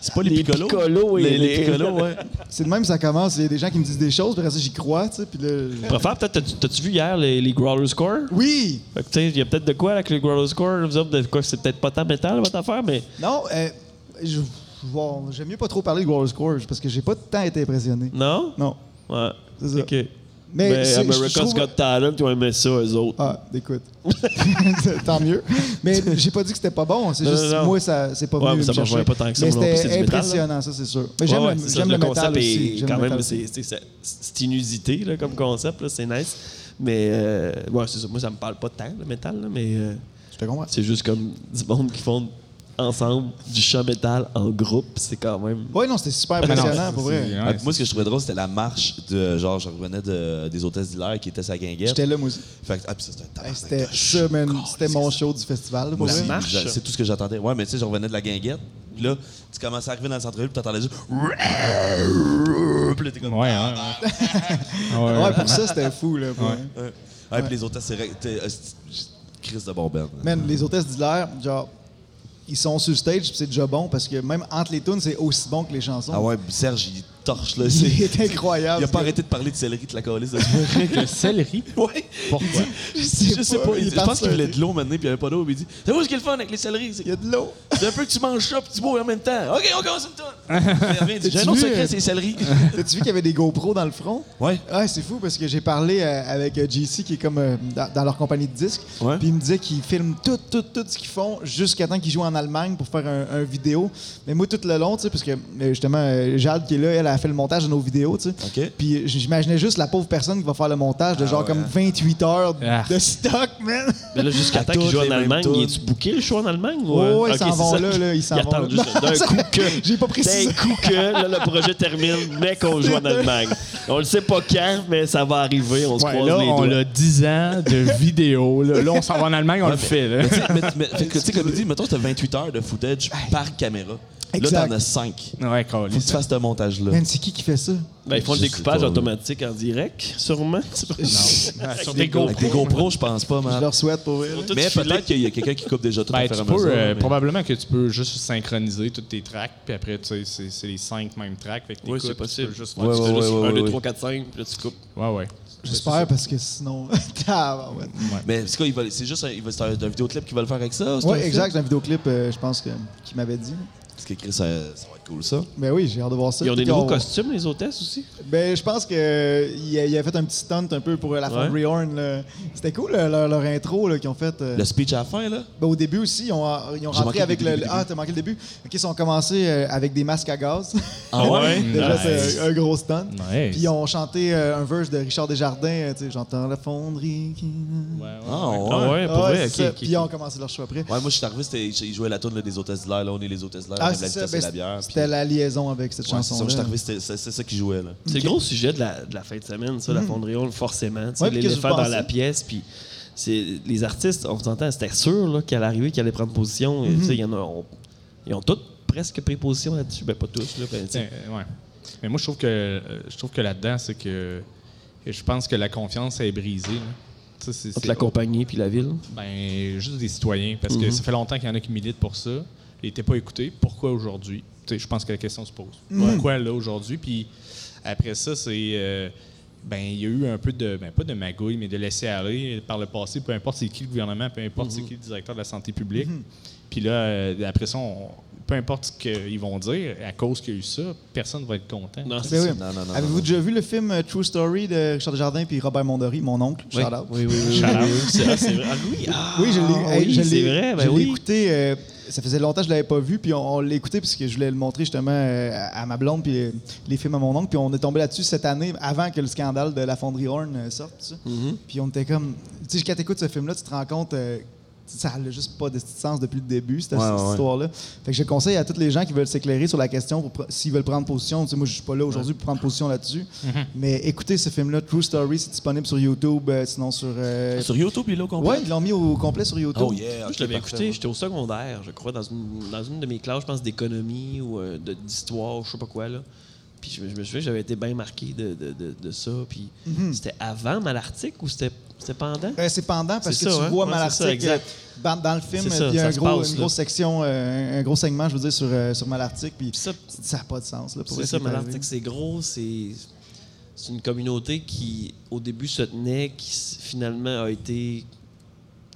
C'est pas les, Les piccolos. piccolos et les, les les- piccolos, ouais. C'est de même que ça commence. Il y a des gens qui me disent des choses, puis après ça, j'y crois, tu sais. Puis là. Préfère, peut-être, t'as-tu- t'as-tu vu hier les, les Growler Score? Oui! Fait que, tu sais, il y a peut-être de quoi avec les Growler Score. Vous autres, de quoi, c'est peut-être pas tant métal, votre affaire, mais Non, euh, je- bon, j'aime mieux pas trop parler de World Score parce que j'ai pas tant été impressionné. non? Non. Ouais. C'est ça. OK. Mais Mais c'est- je America's trouve- Got Talent, ils ont aimé ça, eux autres. Ah, écoute. Tant mieux. Mais j'ai pas dit que c'était pas bon. C'est Non, juste, non, non. moi, ça, c'est pas Ouais, venu mais ça me me rejoint chercher. pas tant que ça, Mais moi non plus, c'est c'était du métal, là. impressionnant, ça, c'est sûr. Mais Ouais, j'aime ouais, le, c'est ça, j'aime le métal concept est- aussi. J'aime quand le même, métal. c'est c'est- c'est- c'est inusité là, comme concept, là, c'est nice. Mais euh, ouais, c'est ça. Moi, ça me parle pas tant, le métal, là, mais euh, Je te comprends. c'est juste comme du monde qui font ensemble du chant métal en groupe. C'est quand même. Ouais, non, c'était super je- Non, impressionnant, c'est- pour c'est- vrai. Ah, ouais, moi, ce que je trouvais drôle, c'était la marche de. Genre, je revenais de- des hôtesses d'hilaire qui étaient sa guinguette. J'étais là, moi aussi. Fait que, ah, puis ça, c'était un Hey, tabarnak C'était de ça, man. chaud. C'était mon show du festival, là, pour Moi vrai. aussi, marche. j'a- c'est tout ce que j'attendais. Ouais, mais tu sais, je revenais de la guinguette. Puis là, tu commençais à arriver dans le centre-ville, puis t'entendais juste. Puis là, t'es c'est- comme. Ouais, hein, ouais, ouais. Ah, ouais, Ouais, ouais. pour ça, c'était fou, là. pour Ouais. vrai. Ouais. Ouais, euh. puis les hôtesses, c'est. vrai, t'es- euh, c'est- Chris de Bomben. Man, les hôtesses d'hilaire, genre, ils sont sur le stage, puis c'est déjà bon, parce que même entre les tunes, c'est aussi bon que les chansons. Ah ouais, puis Serge, il torche, là. Il c'est- est incroyable. Il a pas ce arrêté de parler de céleri, de la calice de ce Le hein. céleri. Ouais. Pourquoi? Je sais, pas, pas. il il- est je pense qu'il parti. voulait de l'eau maintenant, puis il n'y avait pas d'eau. puis Il dit C'est moi ce qui est le fun avec les céleris. C'est gars. Il y a de l'eau. c'est un peu que tu manges ça, puis tu bois en même temps. OK, on commence une tonne. J'ai un T'as-tu autre vu, euh, secret, c'est les céleris. T'as-tu vu qu'il y avait des GoPros dans le front? Ouais. Ouais, c'est fou parce que j'ai parlé euh, avec euh, JC qui est comme euh, dans, dans leur compagnie de disques. Ouais. Puis il me disait qu'ils filment tout, tout, tout ce qu'ils font jusqu'à temps qu'ils jouent en Allemagne pour faire un, un vidéo. Mais moi, tout le long, tu sais, parce que euh, justement, euh, Jade qui est là, elle a fait le montage de nos vidéos, tu sais. OK. Puis euh, j'imaginais juste la pauvre personne qui va faire le montage de Ah genre ouais, comme hein. 28 heures Ah. de stock, man. Mais là, jusqu'à temps qu'ils toutes jouent en les mêmes Allemagne, tunes. il est-tu booké le show en Allemagne? ou, Ouais, euh, ouais, ils ok, s'en c'est vont ça là, qu'ils- là, ils s'en vont attendent là. juste d'un coup que. J'ai pas D'un précisé. coup que là, le projet termine, mais qu'on joue en Allemagne. On le sait pas quand, mais ça va arriver. On se Ouais, croise là, les on doigts. a 10 ans de vidéos. Là, Là, on s'en va en Allemagne, on le fait. Là. Mais tu sais, mais- mais- fait que, tu sais, comme il dit, mettons, t'as 28 heures de footage par caméra. Exact. Là, t'en as 5. Ouais, Faut que tu câlisse. fasses ce montage-là. Man, c'est qui qui fait ça? Ben, ils font le Je sais découpage pas, là. automatique en direct, sûrement. Sur des GoPros. Avec des GoPros, je pense pas, Je man. leur souhaite pour vrai. là. Mais peut-être qu'il y a quelqu'un qui coupe déjà tout Ben, à tu faire à peux, mesure. euh, mais- Probablement que tu peux juste synchroniser toutes tes tracks, puis après, tu sais, c'est- c'est les cinq mêmes tracks. Fait que Oui, t'écoutes, c'est possible. tu peux juste Ouais, ouais, ouais, ouais, 1, 2, ouais. 3, 4, 5, puis là, tu coupes. Ouais, ouais. J'espère parce que sinon. Tabarouette. Mais c'est quoi, il va- c'est juste un, il va- c'est un, un vidéoclip qu'ils veulent faire avec ça? ou c'est un Ouais, film? exact, j'ai un vidéoclip, euh, je pense, que, qui m'avait dit. Parce que Chris, ça, ça va être cool, ça. Ben oui, j'ai hâte de voir ça. Ils ont des Puis nouveaux on- costumes, les hôtesses aussi. Ben, je pense qu'il a, il a fait un petit stunt un peu pour la fin de Ouais. Rehorn. là. C'était cool là, leur, leur intro là, qu'ils ont fait. euh. Le speech à la fin, là? Ben, au début aussi, ils ont, ils ont J'ai manqué rentré le avec le. début, le Ah, t'as manqué le début? Ok, ils ont commencé euh, avec des masques à gaz. Ah ouais? Déjà, Nice. c'est un gros stunt. Nice. Puis ils ont chanté euh, un verse de Richard Desjardins, euh, tu sais, j'entends la fonderie. qui- Ouais, ouais. Ah Ah ouais? ouais. ouais, pour Ah, vrai, c'est ok, ça. ok, Puis ils ont commencé leur show après. moi, je suis arrivé, c'était, ils jouaient la tourne là, des hôtesses de l'air. Là, on est les hôtesses de l'air, on Ah, aime la c'est ça. vitesse ben, et la bière. puis- C'était la liaison avec cette Ouais, c'est ça, chanson-là. je suis arrivé, c'était- c'est c'est ça qu'ils jouaient, là. C'est le gros sujet de la, de la fin de semaine, ça, la Fondrion, forcément. Tu sais, Hmm. Ouais, puis qu'est-ce que L'éléphant vous dans pensez? la pièce, puis c'est les artistes, on s'entend, c'était sûr là, qu'elle arrivait, qu'elle allait prendre position. Et, Hmm. tu sais, il y en a, on- ils ont tous presque pris position là-dessus. Ben, pas tous, là. ben, tu sais. Tiens, euh, ouais. Mais moi, je trouve que euh, je trouve que là-dedans, c'est que je pense que la confiance est brisée. là. Ça, c'est- entre c'est- la compagnie puis la ville. ben, juste des citoyens, parce Mhm. que ça fait longtemps qu'il y en a qui militent pour ça. Ils n'étaient pas écoutés. Pourquoi aujourd'hui? Tu sais, Je pense que la question se pose. Mhm. Pourquoi là aujourd'hui? Puis après ça, c'est. euh, ben, il y a eu un peu de, ben, pas de magouille, mais de laisser aller par le passé, peu importe c'est qui le gouvernement, peu importe Mhm. c'est qui le directeur de la santé publique. Puis là, euh, après ça, on- peu importe ce qu'ils vont dire, à cause qu'il y a eu ça, personne ne va être content. Non, Ben c'est oui. Non, non, non, Avez-vous non. déjà vu le film euh, True Story de Richard Desjardins puis Robert Mondory, mon oncle? Oui. Shout out. Oui, oui, oui. Shout-out. oui, c'est ah, c'est vrai. Ah, oui, ah, Oui, je l'ai. hey, je oui, l'ai- c'est vrai, je ben l'ai oui. écouté. euh, ça faisait longtemps que je l'avais pas vu, puis on, on l'a écouté parce que je voulais le montrer justement euh, à à ma blonde, puis euh, les films à mon oncle, puis on est tombé là-dessus cette année avant que le scandale de la fonderie Horn euh, sorte, tout ça. Mm-hmm. Puis on était comme, tu sais, quand t'écoutes ce film-là, tu te rends compte. euh, ça n'a juste pas de sens depuis le début, cette, Ouais, cette ouais. histoire-là. Fait que je conseille à tous les gens qui veulent s'éclairer sur la question, pour pre- s'ils veulent prendre position. Tu sais, moi, je suis pas là aujourd'hui pour prendre position là-dessus. Mm-hmm. Mais écoutez ce film-là, True Story, c'est disponible sur YouTube, euh, sinon sur euh, Sur YouTube, il est là, au complet? Ouais, ils l'ont mis au complet sur YouTube. Oh yeah, Moi, ok, je l'avais parfait, ouais. écouté, ben, j'étais au secondaire, je crois, dans une, dans une de mes classes, je pense, d'économie ou euh, de- d'histoire, je sais pas quoi, là. Puis je, me- je me souviens que j'avais été bien marqué de, de- de- de ça. Puis c'était avant Malartic ou c'était c'était pendant? Euh, c'est pendant parce C'est que ça, tu hein? vois Ouais, c'est ça, Malartic. exact. euh, Dans, dans le film, C'est ça, il y a ça un se gros- passe, une là. grosse section, euh, un gros segment, je veux dire, sur, euh, sur Malartic. Puis Puis ça, ça n'a pas de sens. Là, pour C'est vrai, ça, ce qui est arrivé. Malartic, c'est gros, c'est. C'est une communauté qui, au début, se tenait, qui s- finalement a été.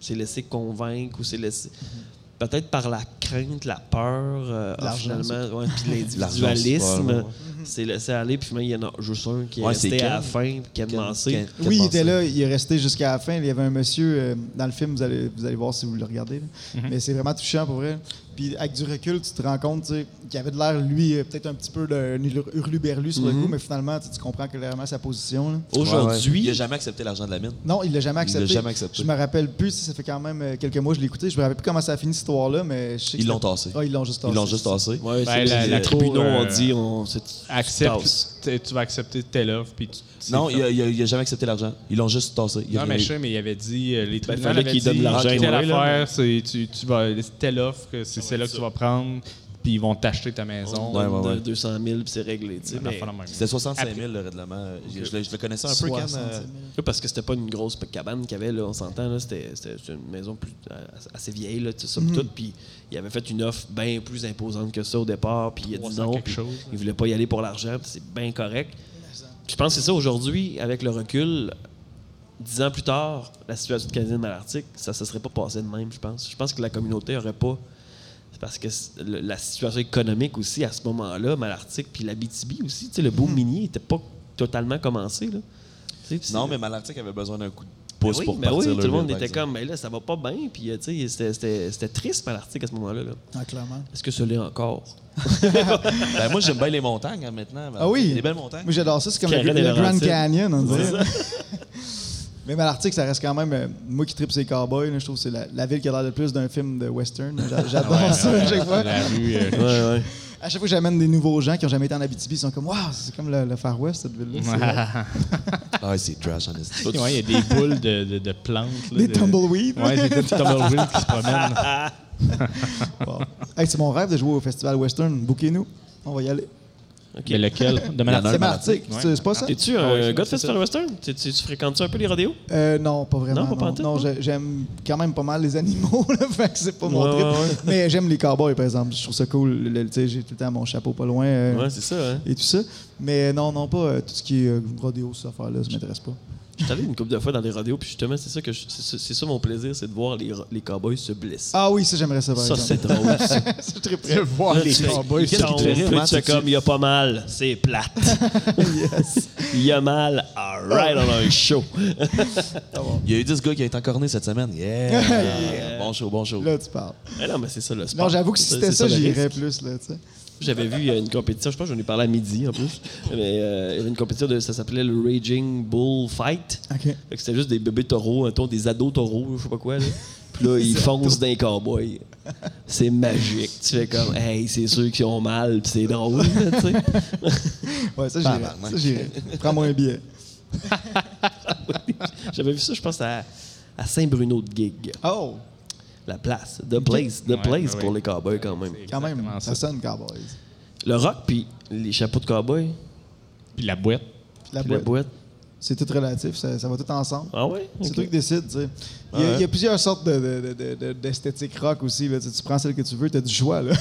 s'est laissé convaincre ou s'est laissé. Mm-hmm. Peut-être par la crainte, la peur, euh, a L'argent, finalement, ouais, puis L'argent, c'est l'individualisme, probablement, s'est laissé aller, puis finalement, il y en a juste un qui est Ouais, c'est resté à la Ken. fin, puis qui a Ken- commencé. Ken- Oui, il Ken était Manson. là, il est resté jusqu'à la fin. Il y avait un monsieur euh, dans le film, vous allez, vous allez voir si vous le regardez. là. Mm-hmm. Mais c'est vraiment touchant pour vrai. Puis avec du recul, tu te rends compte tu sais, qu'il avait de l'air, lui, euh, peut-être un petit peu d'un hurlu- hurluberlu sur Mm-hmm. le coup, mais finalement, tu sais, tu comprends clairement sa position. là. Ouais, ouais. Aujourd'hui, Il a jamais accepté l'argent de la mine. Non, il l'a jamais Il l'a accepté. jamais accepté. Je me rappelle plus, ça fait quand même euh, quelques mois que je l'ai écouté. Je me rappelle plus comment ça a fini cette histoire-là, mais je sais que Ils l'ont c'était- tassé. Ah, ils l'ont juste tassé. Ils l'ont juste tassé. Ouais, Ben, c'est- la- les la cour, tribunaux euh, ont dit on, c'est- tu tasses. Accepte, t'es- tu vas accepter telle offre. Puis tu, c'est Non, fait. il a, il a- il a jamais accepté l'argent. Ils l'ont juste tassé. Il a Non, rien mais eu. je sais, mais il avait dit, euh, les tribunaux fallait avaient qu'il donne dit, Ah, l'argent, Telle ouais, là. affaire, c'est, tu, tu vas, c'est telle offre, que c'est celle-là que tu vas prendre, puis ils vont t'acheter ta maison. Ouais, ouais, ouais. de 200 000, puis c'est réglé. tu sais, Une mais- affaire de même. C'était 65 000 le règlement. Je, je le- je le connaissais un peu quand. 60 euh, 000. Là, parce que c'était pas une grosse cabane qu'il y avait, là, on s'entend, là, c'était c'était- c'était une maison plus, euh, assez vieille, là, tout ça, Mhm. puis tout, puis il avait fait une offre bien plus imposante que ça au départ, puis il a dit 300 non, quelque puis chose, il voulait pas y aller pour l'argent, puis c'est bien correct. Puis Je pense que c'est ça, aujourd'hui, avec le recul, dix ans plus tard, la situation de Canadienne Malartic, ça se serait pas passé de même, je pense. Je pense que la communauté aurait pas... c'est Parce que c'est- le- la situation économique aussi, à ce moment-là, Malartic, puis l'Abitibi aussi, tu sais, le Mhm. boom minier n'était pas totalement commencé, là. Tu sais, puis Non, c'est- mais Malartic avait besoin d'un coup de pouce ben oui, pour ben partir oui, tout le monde ville, par était exemple. comme, mais là, ça va pas bien. Puis, euh, tu sais, c'était- c'était c'était triste, Malartic, à ce moment-là. là. Ah, clairement. Est-ce que ça l'est encore? Ben, moi, j'aime bien les montagnes hein, maintenant. Ah oui? Les belles montagnes. Moi, j'adore ça. C'est comme Carré le, des le Grand Laurentides. Canyon, on dirait. Mais Malartic, ça reste quand même. euh, moi qui tripe ces cowboys, là, je trouve que c'est la, la ville qui a l'air le plus d'un film de western. J'a- J'adore ça à chaque fois. La rue, euh, ouais. À chaque fois que j'amène des nouveaux gens qui n'ont jamais été en Abitibi, ils sont comme Waouh, c'est comme le, le Far West, cette ville-là. C'est vrai. Ah, c'est trash, en esti. ouais, il y a des boules de, de- de plantes. là, Des de- tumbleweeds. Ouais, c'est des tumbleweeds qui se promènent. Wow. Hey, c'est mon rêve de jouer au festival western. Bouquez-nous. On va y aller. OK. Mais lequel De Il y en a Malartic. un. C'est Malartic, Ouais. c'est c'est pas ça? T'es-tu un gars de Festival Western? Tu, tu- tu fréquentes-tu un peu les rodéos? Euh, non, pas vraiment. Non, pas pantoute, Non, non? j'ai- j'aime quand même pas mal les animaux, là, fait que c'est pas mon Ouais, trip. ouais, ouais. Mais j'aime les cowboys, par exemple. Je trouve ça cool. Le- tu sais, J'ai tout le temps mon chapeau pas loin euh, c'est ça. Hein? et tout ça. Mais non, non, pas euh, tout ce qui est euh, rodéo, ces affaires-là, ça m'intéresse pas. Je suis allé une couple de fois dans les rodéos, puis justement, c'est ça que je- c'est ça- c'est ça mon plaisir, c'est de voir les, ro- les cowboys se blesser. Ah oui, ça, j'aimerais ça, par ça, c'est exemple. drôle. ça. Ça, je triperais. voir Là, tu fais- qu'est-ce qui te fait rire, Comment Puis tu fais tu- comme, il y a pas mal, c'est plate. Il y a mal, all right, on a un show. Il y a eu 10 gars qui ont été encornés cette semaine. Yeah! Bon show, bon show. Là, tu parles. Mais non, mais c'est ça le sport. Non, j'avoue que si Ah, C'est- c'était c'est ça, le risque. j'irais plus, là, tu sais. J'avais vu euh, une compétition, je pense que j'en ai parlé à midi en plus, mais euh, il y avait une compétition, de, ça s'appelait le Raging Bull Fight. OK. Fait que c'était juste des bébés taureaux, un tour des ados taureaux, je sais pas quoi. Là. Puis là, ils foncent d'un cowboy. C'est magique. Tu fais comme, hey, c'est ceux qui ont mal, puis c'est drôle. là, tu sais. Ouais, ça, j'irais. Tabarnak. Ça, j'irais. Prends-moi un billet. J'avais vu ça, je pense, à, à Saint-Bruno-de-Gig. Oh! La place. The place. The Ouais, place ouais, pour ouais. les cowboys, quand même. Quand même, Exactement ça ça. sonne cowboys. Le rock, puis les chapeaux de cowboy, Puis la boîte. Puis la puis la boîte. boîte. C'est tout relatif, ça, ça va tout ensemble. Ah ouais? C'est Ok. toi qui décides, tu sais. Il y, a, il y a plusieurs sortes de- de- de- de- d'esthétique rock aussi. Là. Tu, sais, tu prends celle que tu veux, tu as du choix. Là.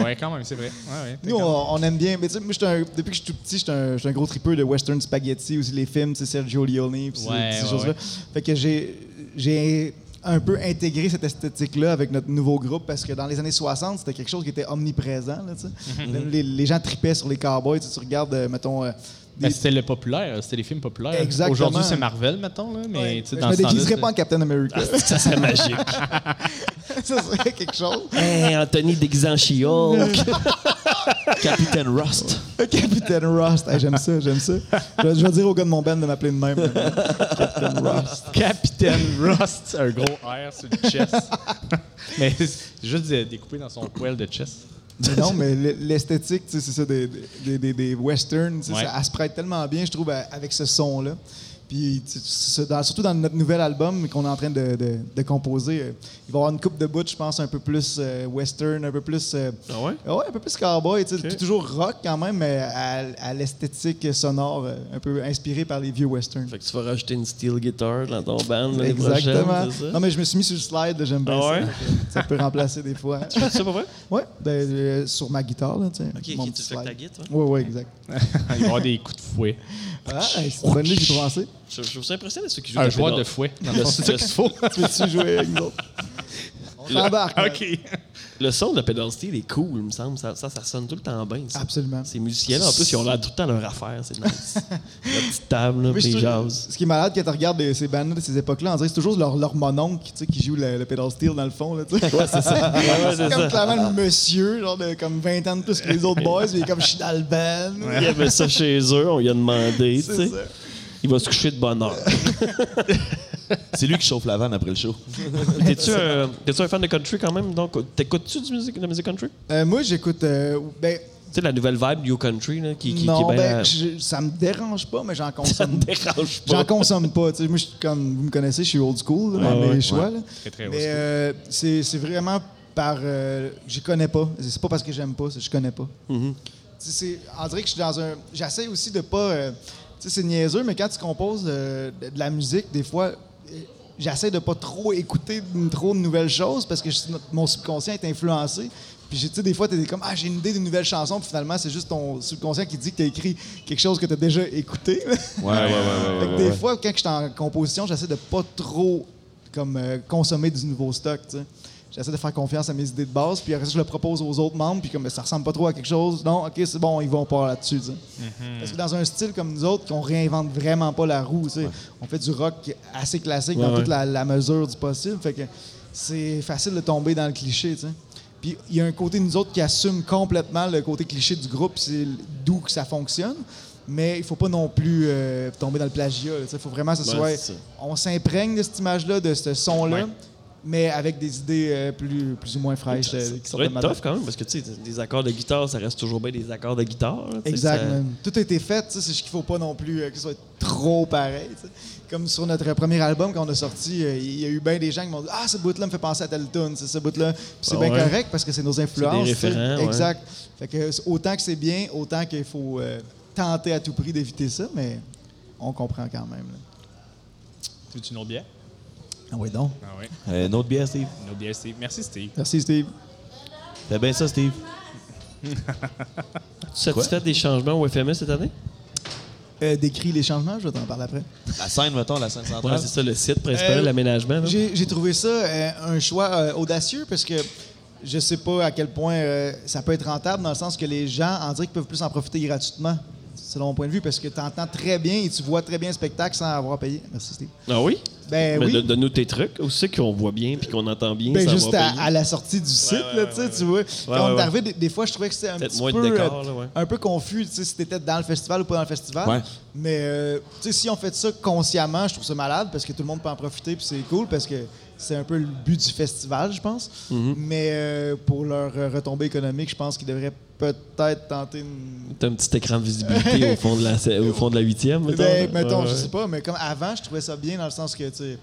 Ouais, quand même, c'est vrai. Ouais, ouais, t'es Nous, comme- on, on aime bien. Mais tu sais, moi, j'étais un- depuis que je suis tout petit, j'étais un, j'étais un gros tripeux de western spaghetti, aussi les films, tu sais, Sergio Leone, puis ces, Ouais, ces ouais, choses-là. ouais. Fait que j'ai- j'ai un peu intégré cette esthétique-là avec notre nouveau groupe parce que dans les années 60, c'était quelque chose qui était omniprésent. Là, tu Mhm. sais. les, les gens tripaient sur les cowboys. Tu, sais, tu regardes, euh, mettons, euh, des- Ben, c'était le populaire, c'était les films populaires. Exactement. Aujourd'hui, c'est Marvel, mettons, là, mais Ouais. tu Je sais, dans me ce temps-là, déguiserais c'est- pas en Captain America. Ça serait magique. ça serait quelque chose. Hey, Anthony déguisé en She-Hulk. Capitaine Rust. Capitaine Rust. Hey, j'aime ça, j'aime ça. Je, vais- je vais dire au gars de mon band de m'appeler de même. Capitaine Rust. Capitaine Rust, un gros R sur le chest. mais c'est juste euh, découpé dans son poil de chest. Mais non, mais l- l'esthétique, tu sais, c'est ça, des, des, des, des westerns, tu sais, Ouais. ça, elle se prête tellement bien, je trouve, à- avec ce son-là. Puis tu- tu- c'est dans- surtout dans notre nouvel album qu'on est en train de, de- de composer, euh, il va y avoir une coupe de bout, je pense, un peu plus euh, western, un peu plus. euh, Ah ouais? ah ouais, un peu plus cowboy, tu sais, Ok. toujours rock quand même, mais à, à l'esthétique sonore, euh, un peu inspirée par les vieux westerns. Fait que tu vas rajouter une steel guitar dans ton band l'année Exactement. prochaine, c'est ça? Non, mais je me suis mis sur le slide, là, j'aime bien Ah ça. ouais? fait que Ça peut remplacer des fois. C'est ça, pas vrai? Ouais, ben, euh, sur ma guitare, là, tu sais. Ok, mon ok, petit tu fais slide. ta guide, toi? Ouais, ouais, exact. Il va y avoir des coups de fouet. Ah, hey, c'est une bonne idée, j'ai pensé. Je, je vous impressionne à ceux qui jouent Un de la joueur pédale. de fouet. dans le Le- fond, C'est ça le- qu'il faut. Tu veux-tu jouer avec nous autres? On t'embarque. là. OK. Le son de la pedal steel est cool, il me semble. Ça, ça, ça sonne tout le temps bien. ça. Absolument. Ces musiciens-là, en plus, ils ont l'air tout le temps leur affaire. C'est nice. la petite table, là, Mais puis je ils trouve- jasent. Ce qui est malade quand tu regardes des- ces bandes de ces époques-là, on dirait que c'est toujours leur, leur mononcle tu sais, qui joue le, le pedal steel dans le fond. Là, tu sais. Ouais, c'est ça. Ouais, ouais, C'est c'est comme ça. clairement le monsieur, genre de comme 20 ans de plus que les autres boys, mais il est comme je suis dans le band. Il y avait ça chez eux, on lui a demandé. tu C'est sais. ça. Il va se coucher de bonne heure. C'est lui qui chauffe la vanne après le show. T'es-tu un, t'es-tu un fan de country quand même? Donc, t'écoutes-tu du musique- de la musique country? Euh, moi, j'écoute. euh, ben, Tu sais, la nouvelle vibe New Country, là, qui, qui, qui non, est bien- ben, je- ça me dérange pas, mais j'en consomme. dérange pas. J'en consomme pas. tu sais. Moi, je suis comme vous me connaissez, je suis old school là, dans Ouais, mes ouais, choix. là. Très, très old mais school. euh, c'est c'est vraiment par. euh, je connais pas. C'est pas parce que j'aime pas, c'est que je connais pas. Tu sais, c'est- on dirait que je suis dans un. J'essaie aussi de pas. euh, tu sais, c'est niaiseux, mais quand tu composes euh, de, de la musique, des fois, euh, j'essaie de pas trop écouter de- trop de nouvelles choses parce que je- mon subconscient est influencé. Puis, tu sais, des fois, t'es comme, ah, j'ai une idée d'une nouvelle chanson, puis finalement, c'est juste ton subconscient qui dit que t'as écrit quelque chose que t'as déjà écouté. Ouais, ouais, ouais. ouais, Fait que des fois, quand je suis en composition, j'essaie de pas trop comme, euh, consommer du nouveau stock. tu sais. J'essaie de faire confiance à mes idées de base, puis après ça, je le propose aux autres membres, puis comme ça ressemble pas trop à quelque chose, non, ok, c'est bon, ils vont pas là-dessus. tu sais. Mm-hmm. Parce Hmm. que dans un style comme nous autres, qu'on réinvente vraiment pas la roue, tu sais. on fait du rock assez classique dans Ouais, toute la, la mesure du possible, fait que c'est facile de tomber dans le cliché. tu sais. Puis il y a un côté de nous autres qui assume complètement le côté cliché du groupe, c'est d'où que ça fonctionne. Mais il faut pas non plus euh, tomber dans le plagiat. là, tu sais. Il faut vraiment que ce Ouais, soit. Ben, c'est ça. On s'imprègne de cette image-là, de ce son-là, Ouais. mais avec des idées euh, plus, plus ou moins fraîches. euh, qui Ça sortent doit de être ma tough quand même, parce que tu sais, des accords de guitare, ça reste toujours bien des accords de guitare. là, tu sais, Exact. ça- man. Tout a été fait, tu sais, c'est ce qu'il faut pas non plus euh, que ce soit trop pareil. tu sais. Comme sur notre euh, premier album qu'on a sorti, euh, il y a eu bien des gens qui m'ont dit Ah, ce bout-là me fait penser à telle tune, c'est ce bout-là. Puis c'est Ah bien ouais. correct parce que c'est nos influences. tu sais. référents, ouais. Exact. Fait que euh, autant que c'est bien, autant qu'il faut euh, tenter à tout prix d'éviter ça, mais on comprend quand même. là. Tu veux une autre bière? Ah oui, donc. Ah ouais. Euh, une autre bière, Steve. Une autre bière, Steve. Merci, Steve. Merci, Steve. Fais bien ça, Steve. Tu satisfait des changements au FME cette année? Ah. Euh, décris les changements, je vais t'en parler après. La scène, mettons, la scène centrale. Ouais, c'est ça, le site principal, Euh, l'aménagement. là. J'ai j'ai trouvé ça euh, un choix euh, audacieux parce que je sais pas à quel point euh, ça peut être rentable dans le sens que les gens en dirait qu'ils peuvent plus en profiter gratuitement, selon mon point de vue, parce que tu entends très bien et tu vois très bien le spectacle sans avoir payé. Merci Steve. Ah oui? Ben Mais oui. de- Donne-nous tes trucs aussi qu'on voit bien puis qu'on entend bien. Ben sans juste avoir à, payé. à la sortie du site, là, tu sais, tu vois. Quand ouais, on est ouais. arrivé, des, des fois, je trouvais que c'était un Peut-être petit moins de peu, décor, euh, là, ouais. un peu confus, tu sais, si t'étais dans le festival ou pas dans le festival. Ouais. Mais, euh, tu sais, si on fait ça consciemment, je trouve ça malade parce que tout le monde peut en profiter puis c'est cool parce que c'est un peu le but du festival, je pense. Mm-hmm. Mais euh, pour leur euh, retombée économique, je pense qu'ils devraient peut-être tenter une T'as un petit écran de visibilité au fond de la se- au fond de la huitième, mettons. Ben, mettons, Ouais, je ouais. sais pas, mais comme avant, je trouvais ça bien dans le sens que, tu sais,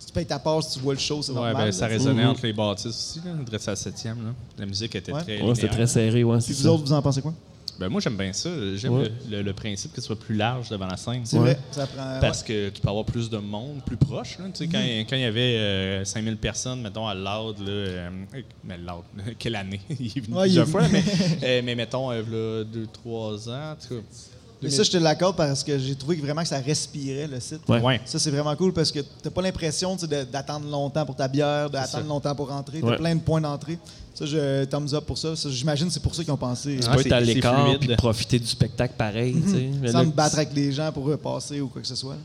si tu payes ta part, si tu vois le show, c'est Ouais, normal. ben, ça là, résonnait entre les bâtisses aussi, là, dressé à la septième. Là. La musique était Ouais. très. Ouais, c'était linéaire. très serré, ouais. Puis c'est vous ça. autres, vous en pensez quoi? Ben, moi, j'aime bien ça. J'aime Ouais. le, le- le principe que ce soit plus large devant la scène. C'est vrai, ça prend... Parce que tu peux avoir plus de monde, plus proche. là. Tu sais, Quand il quand il y avait 5000 personnes, mettons, à Loud, là, euh, mais Loud, quelle année? Il est venu Ouais, il est plusieurs venu. fois, là, mais, euh, mais mettons, 2-3 ans. en tout cas. Mais ça, je te l'accorde parce que j'ai trouvé que vraiment que ça respirait le site. Ouais. Ouais. Ça, c'est vraiment cool parce que t'as pas l'impression tu sais, de- d'attendre longtemps pour ta bière, d'attendre longtemps pour rentrer. T'as Ouais. plein de points d'entrée. Ça, je thumbs up pour ça. Ça, J'imagine que c'est pour ça qu'ils ont pensé. Ouais. Tu peux être à c'est- c'est l'écart fluide. puis profiter du spectacle pareil, tu sais. Mais Mhm. Sans là, me battre avec les gens pour repasser ou quoi que ce soit.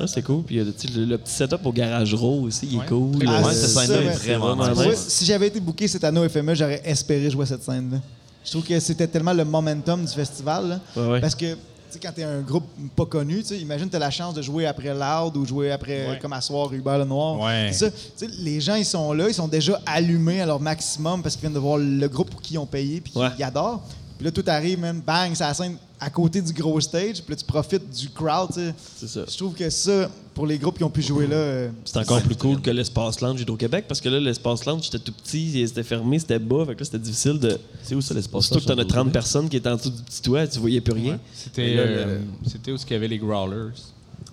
Ah, c'est cool. Puis euh, tu sais, le, le petit setup au garage row aussi, il est Ouais. cool. Ah, Euh, ouais, cette c'est scène-là ça, est mais- vraiment c'est nice. vraiment Ouais, si j'avais été booké cette année au FME, j'aurais espéré jouer cette scène-là. Je trouve que c'était tellement le momentum du festival. là. Ouais, ouais. Parce que tu sais, quand t'es un groupe pas connu, tu sais, imagine t'as la chance de jouer après Loud ou jouer après Ouais. comme à soir Hubert Lenoir. Ouais. C'est ça. Tu sais, les gens ils sont là, ils sont déjà allumés à leur maximum parce qu'ils viennent de voir le groupe pour qui ils ont payé puis qu'ils Ouais. adorent. Puis là, tout arrive, man, bang, c'est la scène à côté du gros stage. Puis là, tu profites du crowd, tu sais. C'est ça. Je trouve que ça, pour les groupes qui ont pu jouer là, euh, C'est encore plus cool que l'espace lounge Hydro-Québec parce que là, l'espace lounge, c'était tout petit, et c'était fermé, c'était bas, fait que là, c'était difficile de. C'est où ça l'espace? Surtout que t'en as 30 personnes. personnes qui étaient en dessous du petit toit, tu voyais plus rien. C'était Et là, euh, c'était où ce qu'il y avait les growlers.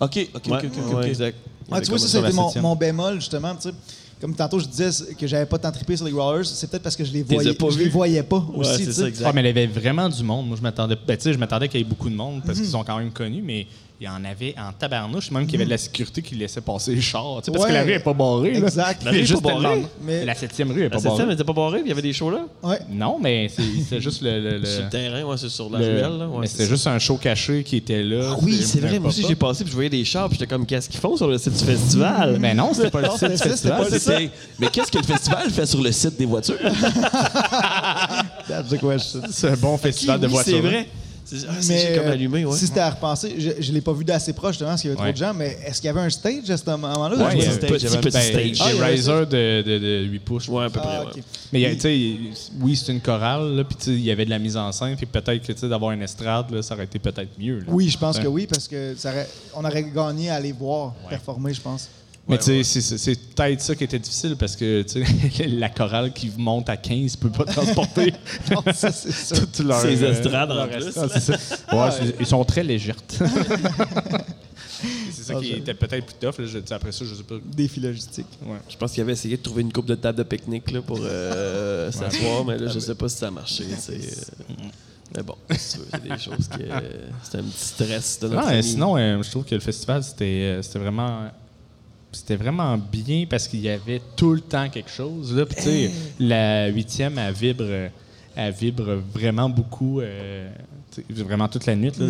Ok, ok, Ouais, ok, ok, ouais, ok. exact. Ouais, tu vois, ça, sur la c'était mon, septième. mon bémol, justement. tu sais. Comme tantôt, je disais que j'avais pas tant trippé sur les Growlers. C'est peut-être parce que je les les as voyais pas pas. Je les vus. voyais pas Ouais, aussi. c'est tu ça, sais. exact. Ah, mais il y avait vraiment du monde. Moi, je m'attendais. Ben, tu sais, je m'attendais qu'il y ait beaucoup de monde Mhm. parce qu'ils sont quand même connus, mais il y en avait en tabarnouche, même qu'il y avait de Mhm. la sécurité qui laissait passer les chars. tu sais, Parce Ouais. que la rue n'est pas barrée. là. Exact. Il y a rue est juste pas le barrée, lendemain. mais- La septième rue n'est pas La septième barrée. n'était pas barrée, puis il y avait des shows là. Ouais. Non, mais c'est c'est juste le. le- le- Sur le terrain, ouais, c'est sur la le- ruelle. là, ouais, mais c'est c'était ça. juste un show caché qui était là. Ah oui, c'est vrai. un Moi aussi, pop-up. j'ai passé, puis je voyais des chars, puis j'étais comme, qu'est-ce qu'ils font sur le site du festival? Mais non, c'était pas le site du c'était ça, c'était festival. Ah, c'était- Mais qu'est-ce que le festival fait sur le site des voitures? That's the question. C'est un bon festival de Oui, voitures. c'est vrai. C'est ah, c'est- j'ai euh, comme allumé, ouais. Si c'était à repenser, je, je l'ai pas vu d'assez proche, justement, parce qu'il y avait Ouais. trop de gens. Mais est-ce qu'il y avait un stage à ce moment-là? Ouais, Je il y vois- avait- Petit, j'avais- petit ben, stage. J'ai Ah, il y avait Riser de, de, 8 pouces. Ouais, à peu près. Ah, ouais. ok. Mais il y a- tu sais, il- oui, c'est une chorale, là, puis tu sais, il y avait de la mise en scène, puis peut-être que tu sais, d'avoir une estrade, là, ça aurait été peut-être mieux. là. Oui, je pense Ouais. que oui, parce que ça aurait- on aurait gagné à les voir performer, je pense. Mais tu sais, c'est- c'est c'est peut-être ça qui était difficile parce que tu sais, la chorale qui monte à 15 peut pas transporter Non, ça, c'est sûr. toutes leurs. Ces euh, estrades, en leurs plus. estrades, c'est ça. Ouais, c'est- ils sont très légères. c'est ça qui était peut-être plus tough. là, je- tu sais, après ça, je sais pas. Défi logistique. Je pense qu'il avait essayé de trouver une coupe de table de pique-nique là, pour euh, s'asseoir, mais là, je sais pas si ça a marché. c'est, euh, Mais bon, si tu veux, c'est des choses qui. euh, C'était un petit stress de notre Non, euh, ami. sinon, euh, je trouve que le festival, c'était euh, c'était vraiment. C'était vraiment bien parce qu'il y avait tout le temps quelque chose. Là. Puis, tu sais, la huitième, elle vibre, euh, elle vibre vraiment beaucoup, euh, tu sais, vraiment toute la nuit. là.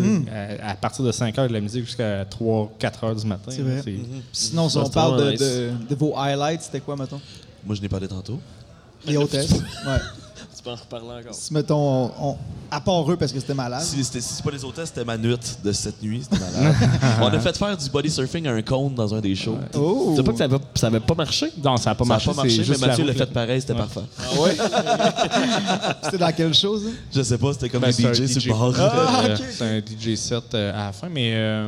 À, à partir de 5 heures de la musique jusqu'à 3 4 heures du matin. C'est là, vrai. Mhm. Mm-hmm. c'est- Mhm. Sinon, si Ça, on c'est parle de, vraiment de- de vos highlights, c'était quoi, mettons? Moi, je n'ai parlé tantôt. Les hôtesses. Ouais. Tu peux en reparler encore. Si, mettons, on- on- à part eux, parce que c'était malade. Si c'était si c'est pas les hôtels, c'était ma nuit de cette nuit. C'était malade. On a fait faire du body surfing à un cône dans un des shows. Oh! Tu sais pas que ça avait, ça avait pas marché? Non, ça n'a pas Ça n'a marché. pas c'est marché, mais juste la Mathieu route, l'a là. fait pareil, c'était parfait. C'était dans quelle chose? hein? Je sais pas, c'était comme Ben, des c'est un DJ DJ. sur le bord. Ah, Euh, ok. C'est un DJ set euh, à la fin, mais euh,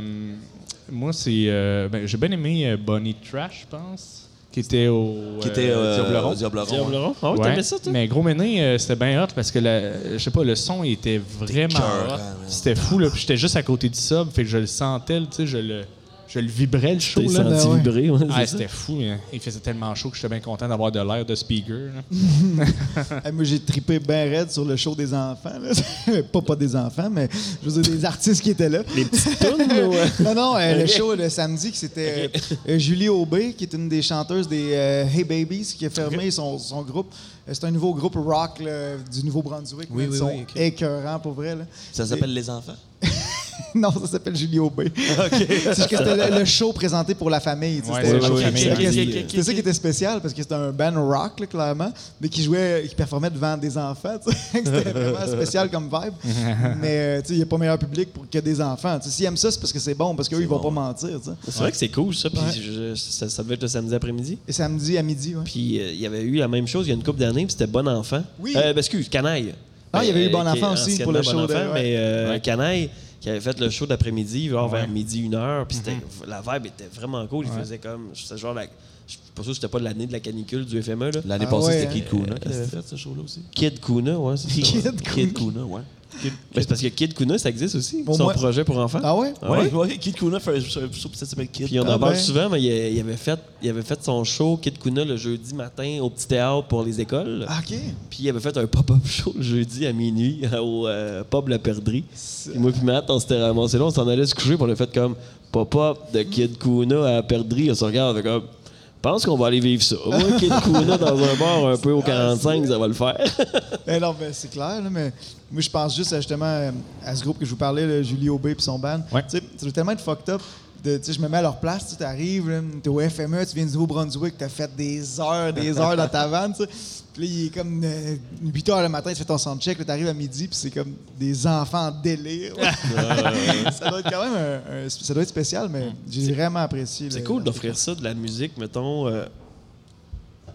moi, c'est. euh, ben, J'ai bien aimé euh, Bonnie Trash, je pense, qui était au. Qui était euh, euh, Diableron. Diableron, Diable ouais. Laurent? Ah ouais, Ouais, t'aimais ça, toi? Mais Gros Méné, euh, c'était bien hot parce que, la- euh, je sais pas, le son il était vraiment Écœurant, hot. man. C'était fou, là. puis J'étais juste à côté du sub, fait que je le sentais, tu sais, je le, je le vibrais, le show, T'es là. senti Ben ouais. vibrer, ouais, Ah, c'est ça. c'était fou, hein. il faisait tellement chaud que j'étais bien content d'avoir de l'air de speaker. là. Ah, Moi, j'ai tripé bien raide sur le show des enfants. là. pas pas des enfants, mais je veux dire des artistes qui étaient là. Les petites tounes, là, ouais. Non, non, euh, le show le samedi, qui c'était euh, euh, Julie Aubé, qui est une des chanteuses des euh, Hey Babies, qui a fermé son, son groupe. Euh, C'est un nouveau groupe rock là, du Nouveau-Brunswick. Oui, mais oui, Ils sont oui, ok. écœurants, pour vrai. là. Ça s'appelle Les Enfants? Non, ça s'appelle Julie Aubé. C'est que c'était le, le show présenté pour la famille. tu sais, Ouais, c'était- c'est le show c'était- famille. c'était- Ok, ok, c'était- C'était ça qui était spécial parce que c'était un band rock, là, clairement, mais qui jouait, qui performait devant des enfants. tu sais. C'était vraiment spécial comme vibe. Mais euh, tu sais, il n'y a pas meilleur public pour que des enfants. Tu sais, S'ils aiment ça, c'est parce que c'est bon, parce qu'eux, ils vont pas mentir. tu sais. C'est vrai que c'est cool, ça. Puis je- ça, ça devait être le samedi après-midi. Et samedi à midi, ouais. Puis euh, il y avait eu la même chose il y a une couple d'années, puis c'était Bon Enfant. Oui. Euh, ben, excuse, Canaille. Ah, il y avait eu Euh, Bon qui est Enfant aussi pour le anciennement show de- ouais. Mais euh, Canaille, qui avait fait le show d'après-midi, genre vers midi, une heure, puis c'était- Mm-hmm. la vibe était vraiment cool. Il faisait comme. C'était genre la. Je suis pas sûr que c'était pas l'année de la canicule du FME, là. L'année Ah passée, ouais, Euh, c'était Kid hein. Kuna qui l'avait fait, ce show-là aussi. Kid Kuna, ouais. c'est ça, ouais. Kid Kid Kuna, ouais. Mais c'est parce que Kid Kuna, ça existe aussi. Au son moins- projet pour enfants. Ah ouais? Ah ouais? Ouais, ouais, Kid Kuna fait un un show, puis ça s'appelle Kid. Puis on en Ah parle ben. souvent, mais il, a- il avait fait, il avait fait son show Kid Kuna le jeudi matin au petit théâtre pour les écoles. Ah, OK. Puis il avait fait un pop-up show le jeudi à minuit au euh, pub La Perdrie. Puis moi puis Matt, on s'était ramassés là, on s'en allait se coucher, puis on a fait comme pop-up de Kid Kuna à La Perdrie. On se regarde, on fait comme. Je pense qu'on va aller vivre ça. Moi, Kid Kuna dans un bar un peu au 45, ça va le faire. Eh non, mais c'est clair, là, mais moi, je pense juste à, justement euh, à ce groupe que je vous parlais, là, Julie Aubé puis son band. Ouais. Tu sais, ça doit tellement être fucked up. de- tu sais, je me mets à leur place, tu arrives, t'es au FME, tu viens du Nouveau-Brunswick, t'as fait des heures, des heures dans ta vanne, tu sais. Puis là, il est comme 8 heures le matin, tu fais ton soundcheck, là, t'arrives à midi, puis c'est comme des enfants en délire. ça doit être quand même un, un- ça doit être spécial, mais j'ai vraiment apprécié. C'est le- cool d'offrir ça, de la musique, mettons, euh,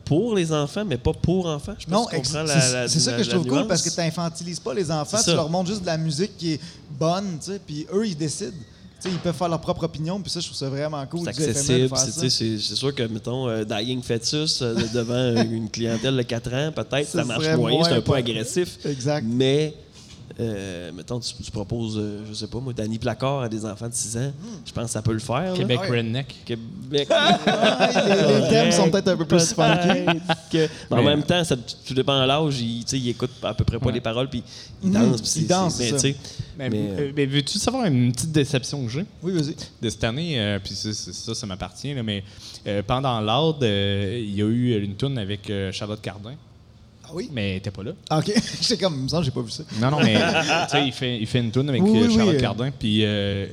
pour les enfants, mais pas pour enfants. Je sais pas Non, si tu ex- comprends la- c'est la- c'est ça la- que je la trouve cool nuance. parce que tu n'infantilises pas les enfants, C'est tu ça. leur montres juste de la musique qui est bonne, tu sais, puis eux, ils décident. Tu sais, ils peuvent faire leur propre opinion, puis ça, je trouve ça vraiment cool. C'est du FML de accessible. faire C'est ça. tu sais, c'est- c'est sûr que, mettons, euh, Dying Fetus euh, de- devant une clientèle de 4 ans, peut-être, Ça ça marche serait moyen, moins c'est un peu pas- agressif. Exact. Mais, euh, mettons, tu, tu proposes, euh, je sais pas, moi, Danny Placard à des enfants de 6 ans, Hmm. je pense que ça peut le faire. là. Québec Ouais. Redneck. Québec. les, les thèmes sont peut-être un peu plus funky. que- mais en Mais- même temps, ça, tout dépend de l'âge, il, tu sais, il écoute à peu près pas les paroles, puis il Mhm, danse. puis il c'est- danse, mais, c'est ça. tu sais, Mais, mais, euh, euh, mais veux-tu savoir une petite déception que j'ai? Oui, vas-y. de cette année, euh, puis ça, c'est- ça, ça m'appartient, là, mais euh, pendant l'Aude, euh, il y a eu une tourne avec euh, Charlotte Cardin, Ah oui? mais elle n'était pas là. Ah, OK. J'étais comme, il me semble, que j'ai pas vu ça. Non, non, mais tu sais, il fait, il fait une tourne avec Oui, euh, oui, oui, Charlotte euh. Cardin, puis euh,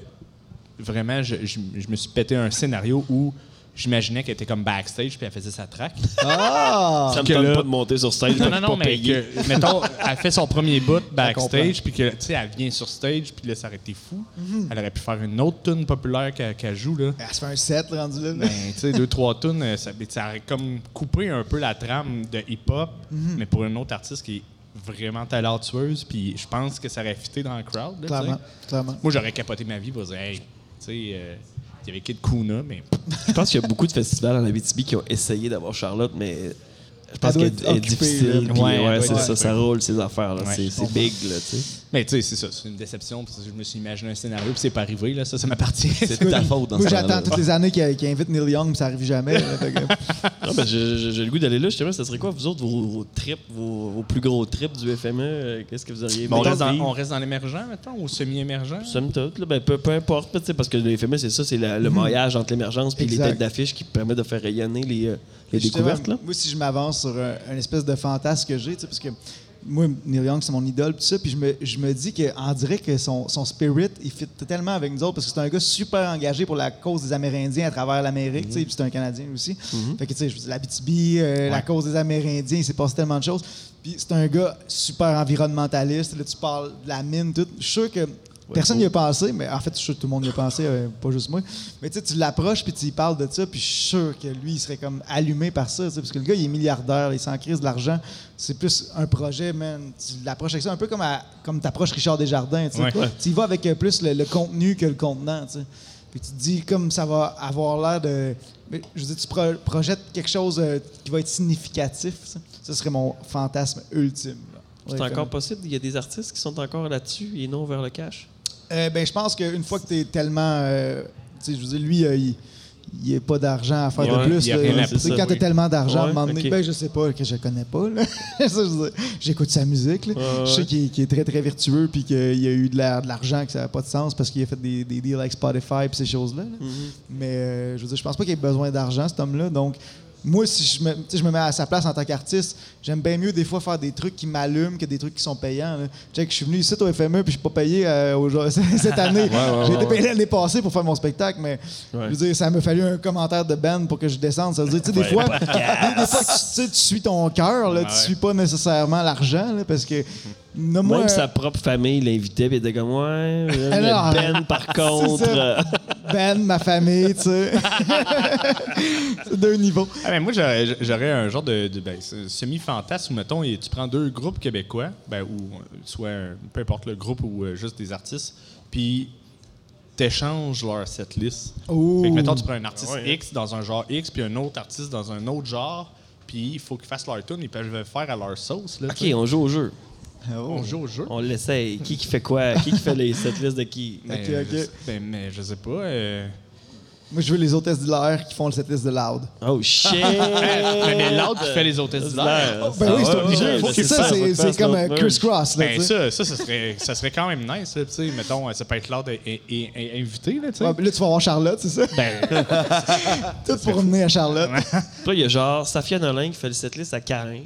vraiment, je, je- je me suis pété un scénario où j'imaginais qu'elle était comme backstage, puis elle faisait sa track. Ah! ça me que tente là- pas de monter sur scène. Non, puis non, pas non, mais payer. que, mettons, elle fait son premier bout comprend. backstage, puis que, tu sais, elle vient sur stage, puis là, ça aurait été fou. Elle aurait pu faire une autre tune populaire qu'elle qu'elle joue, là. Elle se Ben, fait un set rendu là. Ben, tu sais, deux, trois tunes, euh, ça, ça aurait comme coupé un peu la trame de hip-hop, Mhm. mais pour une autre artiste qui est vraiment talentueuse, puis je pense que ça aurait fité dans le crowd. là, clairement, tu sais. clairement. Moi, j'aurais capoté ma vie pour dire, hey, tu sais, euh, il y avait Kid Kuna, mais Je pense qu'il y a beaucoup de festivals en Abitibi qui ont essayé d'avoir Charlotte, mais je pense doit qu'elle être est occupée, difficile. là. puis Ouais, elle ouais, doit c'est être ça, occupée. ça roule ces affaires-là. Ouais, c'est je c'est big, là, tu sais. mais tu sais, c'est ça, c'est une déception, parce que je me suis imaginé un scénario, puis c'est pas arrivé, là, ça, ça m'appartient. C'est de ta faute dans Moi, ce j'attends temps-là. toutes les années qu'il qu'il invite Neil Young, mais ça arrive jamais. là. Fait que- Non, ben, j'ai- j'ai j'ai le goût d'aller là. Je sais pas, ça serait quoi, vous autres, vos, vos trips, vos, vos plus gros trips du FME? euh, Qu'est-ce que vous auriez aimé on, reste dans, vivre? on reste dans l'émergent, mettons, ou semi-émergent? Somme toute, là, ben, peu, peu importe, tu sais, parce que le FME, c'est ça, c'est la- le maillage entre l'émergence et les Exact. têtes d'affiche qui permet de faire rayonner les, euh, les Justement, découvertes. Là. Moi, si je m'avance sur un, un espèce de fantasme que j'ai, tu sais, parce que moi, Neil Young, c'est mon idole, tout ça, puis je me, je me dis qu'on dirait que son, son spirit, il fit tellement avec nous autres, parce que c'est un gars super engagé pour la cause des Amérindiens à travers l'Amérique, Mhm. tu sais, puis c'est un Canadien aussi. Fait que, tu sais, je veux dire, la BTB, la cause des Amérindiens, il s'est passé tellement de choses. Puis c'est un gars super environnementaliste, là, tu parles de la mine, tout. Je suis sûr que Personne n'y a pensé, mais en fait, je suis sûr que tout le monde y a pensé, euh, pas juste moi. Mais tu sais, tu l'approches, puis tu y parles de ça, puis je suis sûr que lui, il serait comme allumé par ça, tu sais, parce que le gars, il est milliardaire, il s'en crise de l'argent. C'est plus un projet, man. Tu l'approches avec ça, un peu comme, à- comme tu approches Richard Desjardins. Tu sais. Ouais. Ouais. Tu y vas avec euh, plus le, le contenu que le contenant. tu sais. Puis tu te dis, comme ça va avoir l'air de. mais je veux dire, tu pro- projettes quelque chose euh, qui va être significatif. tu sais. Ça serait mon fantasme ultime. là. C'est Ouais, encore possible, il y a des artistes qui sont encore là-dessus et non vers le cash. Euh, ben, je pense qu'une fois que tu es tellement. euh, tu sais, je veux dire, lui, euh, il n'y a pas d'argent à faire Ouais, de plus. il y a là. rien à Tu sais, prouver, quand tu as oui. tellement d'argent, à un Ouais, moment donné, ok. ben, je sais pas, que je connais pas. là. Ça, je veux dire, J'écoute sa musique. là. Ouais, Je sais ouais. qu'il qu'il est très, très vertueux puis qu'il y a eu de la- de l'argent, que ça n'a pas de sens parce qu'il a fait des, des deals avec Spotify et ces choses-là. là. Mais euh, je veux dire, je pense pas qu'il ait besoin d'argent, cet homme-là. Donc, moi, si je me, tu sais, je me mets à sa place en tant qu'artiste, j'aime bien mieux des fois faire des trucs qui m'allument que des trucs qui sont payants. là. Tu sais, que je suis venu ici au FME puis je suis pas payé euh, aujourd'hui- cette année. J'ai été payé l'année passée pour faire mon spectacle, mais Ouais. je veux dire, ça m'a fallu un commentaire de Ben pour que je descende. Ça veut dire, tu sais, des fois, des, des fois, tu, tu sais, tu suis ton cœur, là, tu suis pas nécessairement l'argent, là, parce que. nomme-moi Même un- sa propre famille l'invitait, puis il était comme, ouais, euh, euh, Alors, Ben, par c'est contre. ça. euh, Ben, ma famille, tu sais. C'est deux niveaux. Ah ben moi, j'aurais j'aurais un genre de, de, ben, ce- semi-fantasme où, mettons, et tu prends deux groupes québécois, ben, ou euh, soit un- peu importe le groupe ou euh, juste des artistes, puis t'échanges leur setlist. Oh. Fait que, mettons, tu prends un artiste X dans un genre X, puis un autre artiste dans un autre genre, puis il faut qu'ils fassent leur tune, ils peuvent le faire à leur sauce. Là, OK, on joue au jeu. on joue au jeu. On l'essaye. Qui qui fait quoi? Qui qui fait les setlists de qui? Ben, Ok, euh, je ok. sais- ben, mais je sais pas. euh, Moi, je veux les hôtesses de l'air qui font le setlist de Loud. Oh, shit! Ah, Ben, mais mais l'autre qui fait les hôtesses de l'air. Ben oui, c'est obligé. ouais, c'est ça, c'est c'est comme euh, criss-cross. là, Ben tu sais. ça, ça, ça serait, ça serait quand même nice, là, tu sais, mettons, ça peut être l'art et, et, et invité, là, tu sais. Ouais, ben là, tu vas voir Charlotte, c'est ça? Ben, Tout pour emmener à Charlotte. Après, il y a genre Safia Nolin qui fait le setlist à Carin.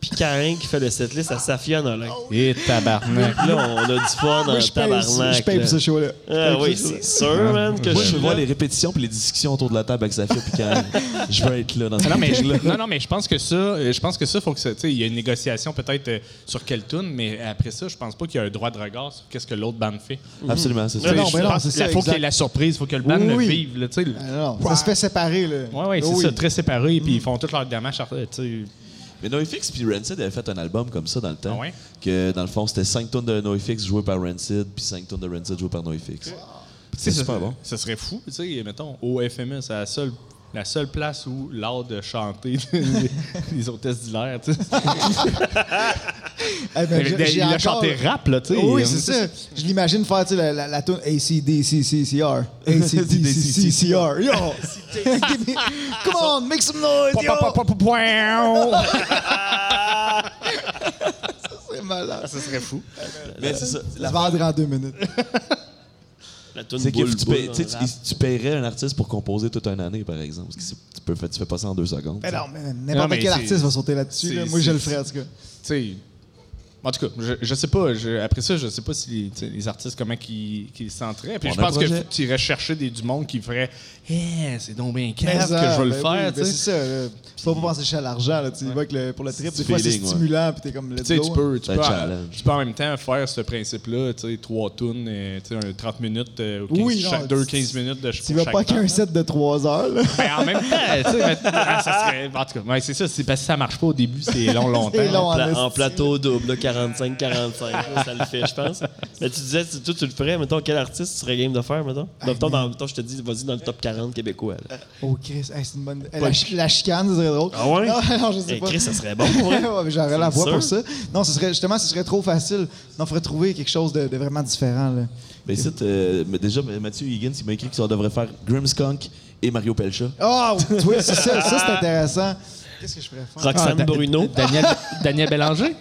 Puis Karin qui fait le setlist à Safia Nolin. Et tabarnak. Là, on a du fun dans Moi, le je paye, tabarnak. je paye là. pour ce show-là. Ah oui, Je paye c'est sûr, man, que Moi, je suis veux voir là. les répétitions puis les discussions autour de la table avec Safia puis Karen. Je veux être là dans ce Ah Non mais, là non, non, mais je pense que ça, euh, je pense que ça, faut que ça, tu sais, il y a une négociation peut-être euh, sur quelle tune, mais après ça, je pense pas qu'il y a un droit de regard sur qu'est-ce que l'autre band fait. Absolument, c'est ça. Non, non, Je mais pense c'est que ça, faut qu'il y ait exact. la surprise, faut que le band Oui, le oui. vive, là, tu sais. le- ça. Ah non, Ça se fait séparer, là. Ouais, ouais, c'est Oui. Mm. ça, très séparé, puis ils font toutes leurs démarches, euh, tu sais. Mais NoFX puis Rancid avaient fait un album comme ça dans le temps. Ah ouais? Que dans le fond, c'était 5 tonnes de NoFX jouées par Rancid puis 5 tonnes de Rancid jouées par NoFX. C'est C'est super bon. Ça serait fou, tu sais, mettons, au FME, c'est la seule, la seule place où l'art de chanter les, les hôtesses d'hilaire, tu sais. Eh ben, j'ai- j'ai Il a encore- chanté rap, là, tu sais. Oui, c'est ça. euh, Je l'imagine faire tu sais, la, la, la toune ACDCCCR. ACDCCCR. Yo! Give me- Come on, make some noise! Yo! C'est Ah, malade. Ça serait fou. Mais c'est ça. La vendre en deux minutes. La toune C'est que boule, tu, boule, payes- tu sais, tu- hein, tu paierais un artiste pour composer toute une année, par exemple. Parce que c'est- tu, peux, tu fais pas ça en deux secondes. Mais non, mais Non, n'importe mais quel c'est- artiste va sauter là-dessus. c'est- là. Moi, je c'est- le ferais, en tout cas. Tu sais, En tout cas, je, je sais pas. je- après ça, je sais pas si les, tu sais, les artistes, comment qu'ils qu'ils se sentiraient. Puis On je a un pense que projet. tu irais chercher des, du monde qui ferait Eh, c'est donc bien Mais cave que ça, je veux le ben oui, faire. ben tu sais. C'est ça. là. Faut pas penser juste à l'argent. là. Tu y vas avec le- pour le trip. Des fois, c'est feeling, ouais. stimulant. Puis t'es comme, let's Tu sais, go. hein. tu peux, tu, C'est un peux, challenge. tu peux en même temps faire ce principe-là, tu sais, trois tunes, euh, tu sais, un 30 minutes, euh, ou 15, Oui, non, chaque, deux, tu- 15 minutes de ch- Tu pour vas chaque pas bande. qu'un set de 3 heures. là. Ben, en même temps, tu sais, mais- ah, ça serait- en tout cas, ouais, c'est ça, c'est parce que ça marche pas au début, c'est long, longtemps. C'est long, en, pla- en en esti. plateau double, là, 45-45. là, ça le fait, je pense. Mais tu disais, tu, toi, tu le ferais, mettons, quel artiste tu serais game de faire, mettons? Ah, Mettons, dans, mettons, je te dis, vas-y dans le top 40 québécois. là. Oh, Chris, hey, c'est une bonne. Eh, la, chi- la chicane, ça serait drôle. Ah ouais? Non, non, je sais Eh, pas. Chris, ça serait bon, pour vrai. Ouais, mais J'aurais la C'est voix sûr. pour ça. Non, ce serait, justement, ce serait trop facile. Non, faudrait trouver quelque chose de, de vraiment différent. Là. Mais ici, euh, mais déjà, Mathieu Higgins, il m'a écrit qu'on devrait faire Grimmskunk et Mario Pelcha. Oh, tu vois, c'est ça, ça c'est intéressant. Qu'est-ce que je pourrais faire? Roxane Bruno. Daniel, Daniel Bélanger?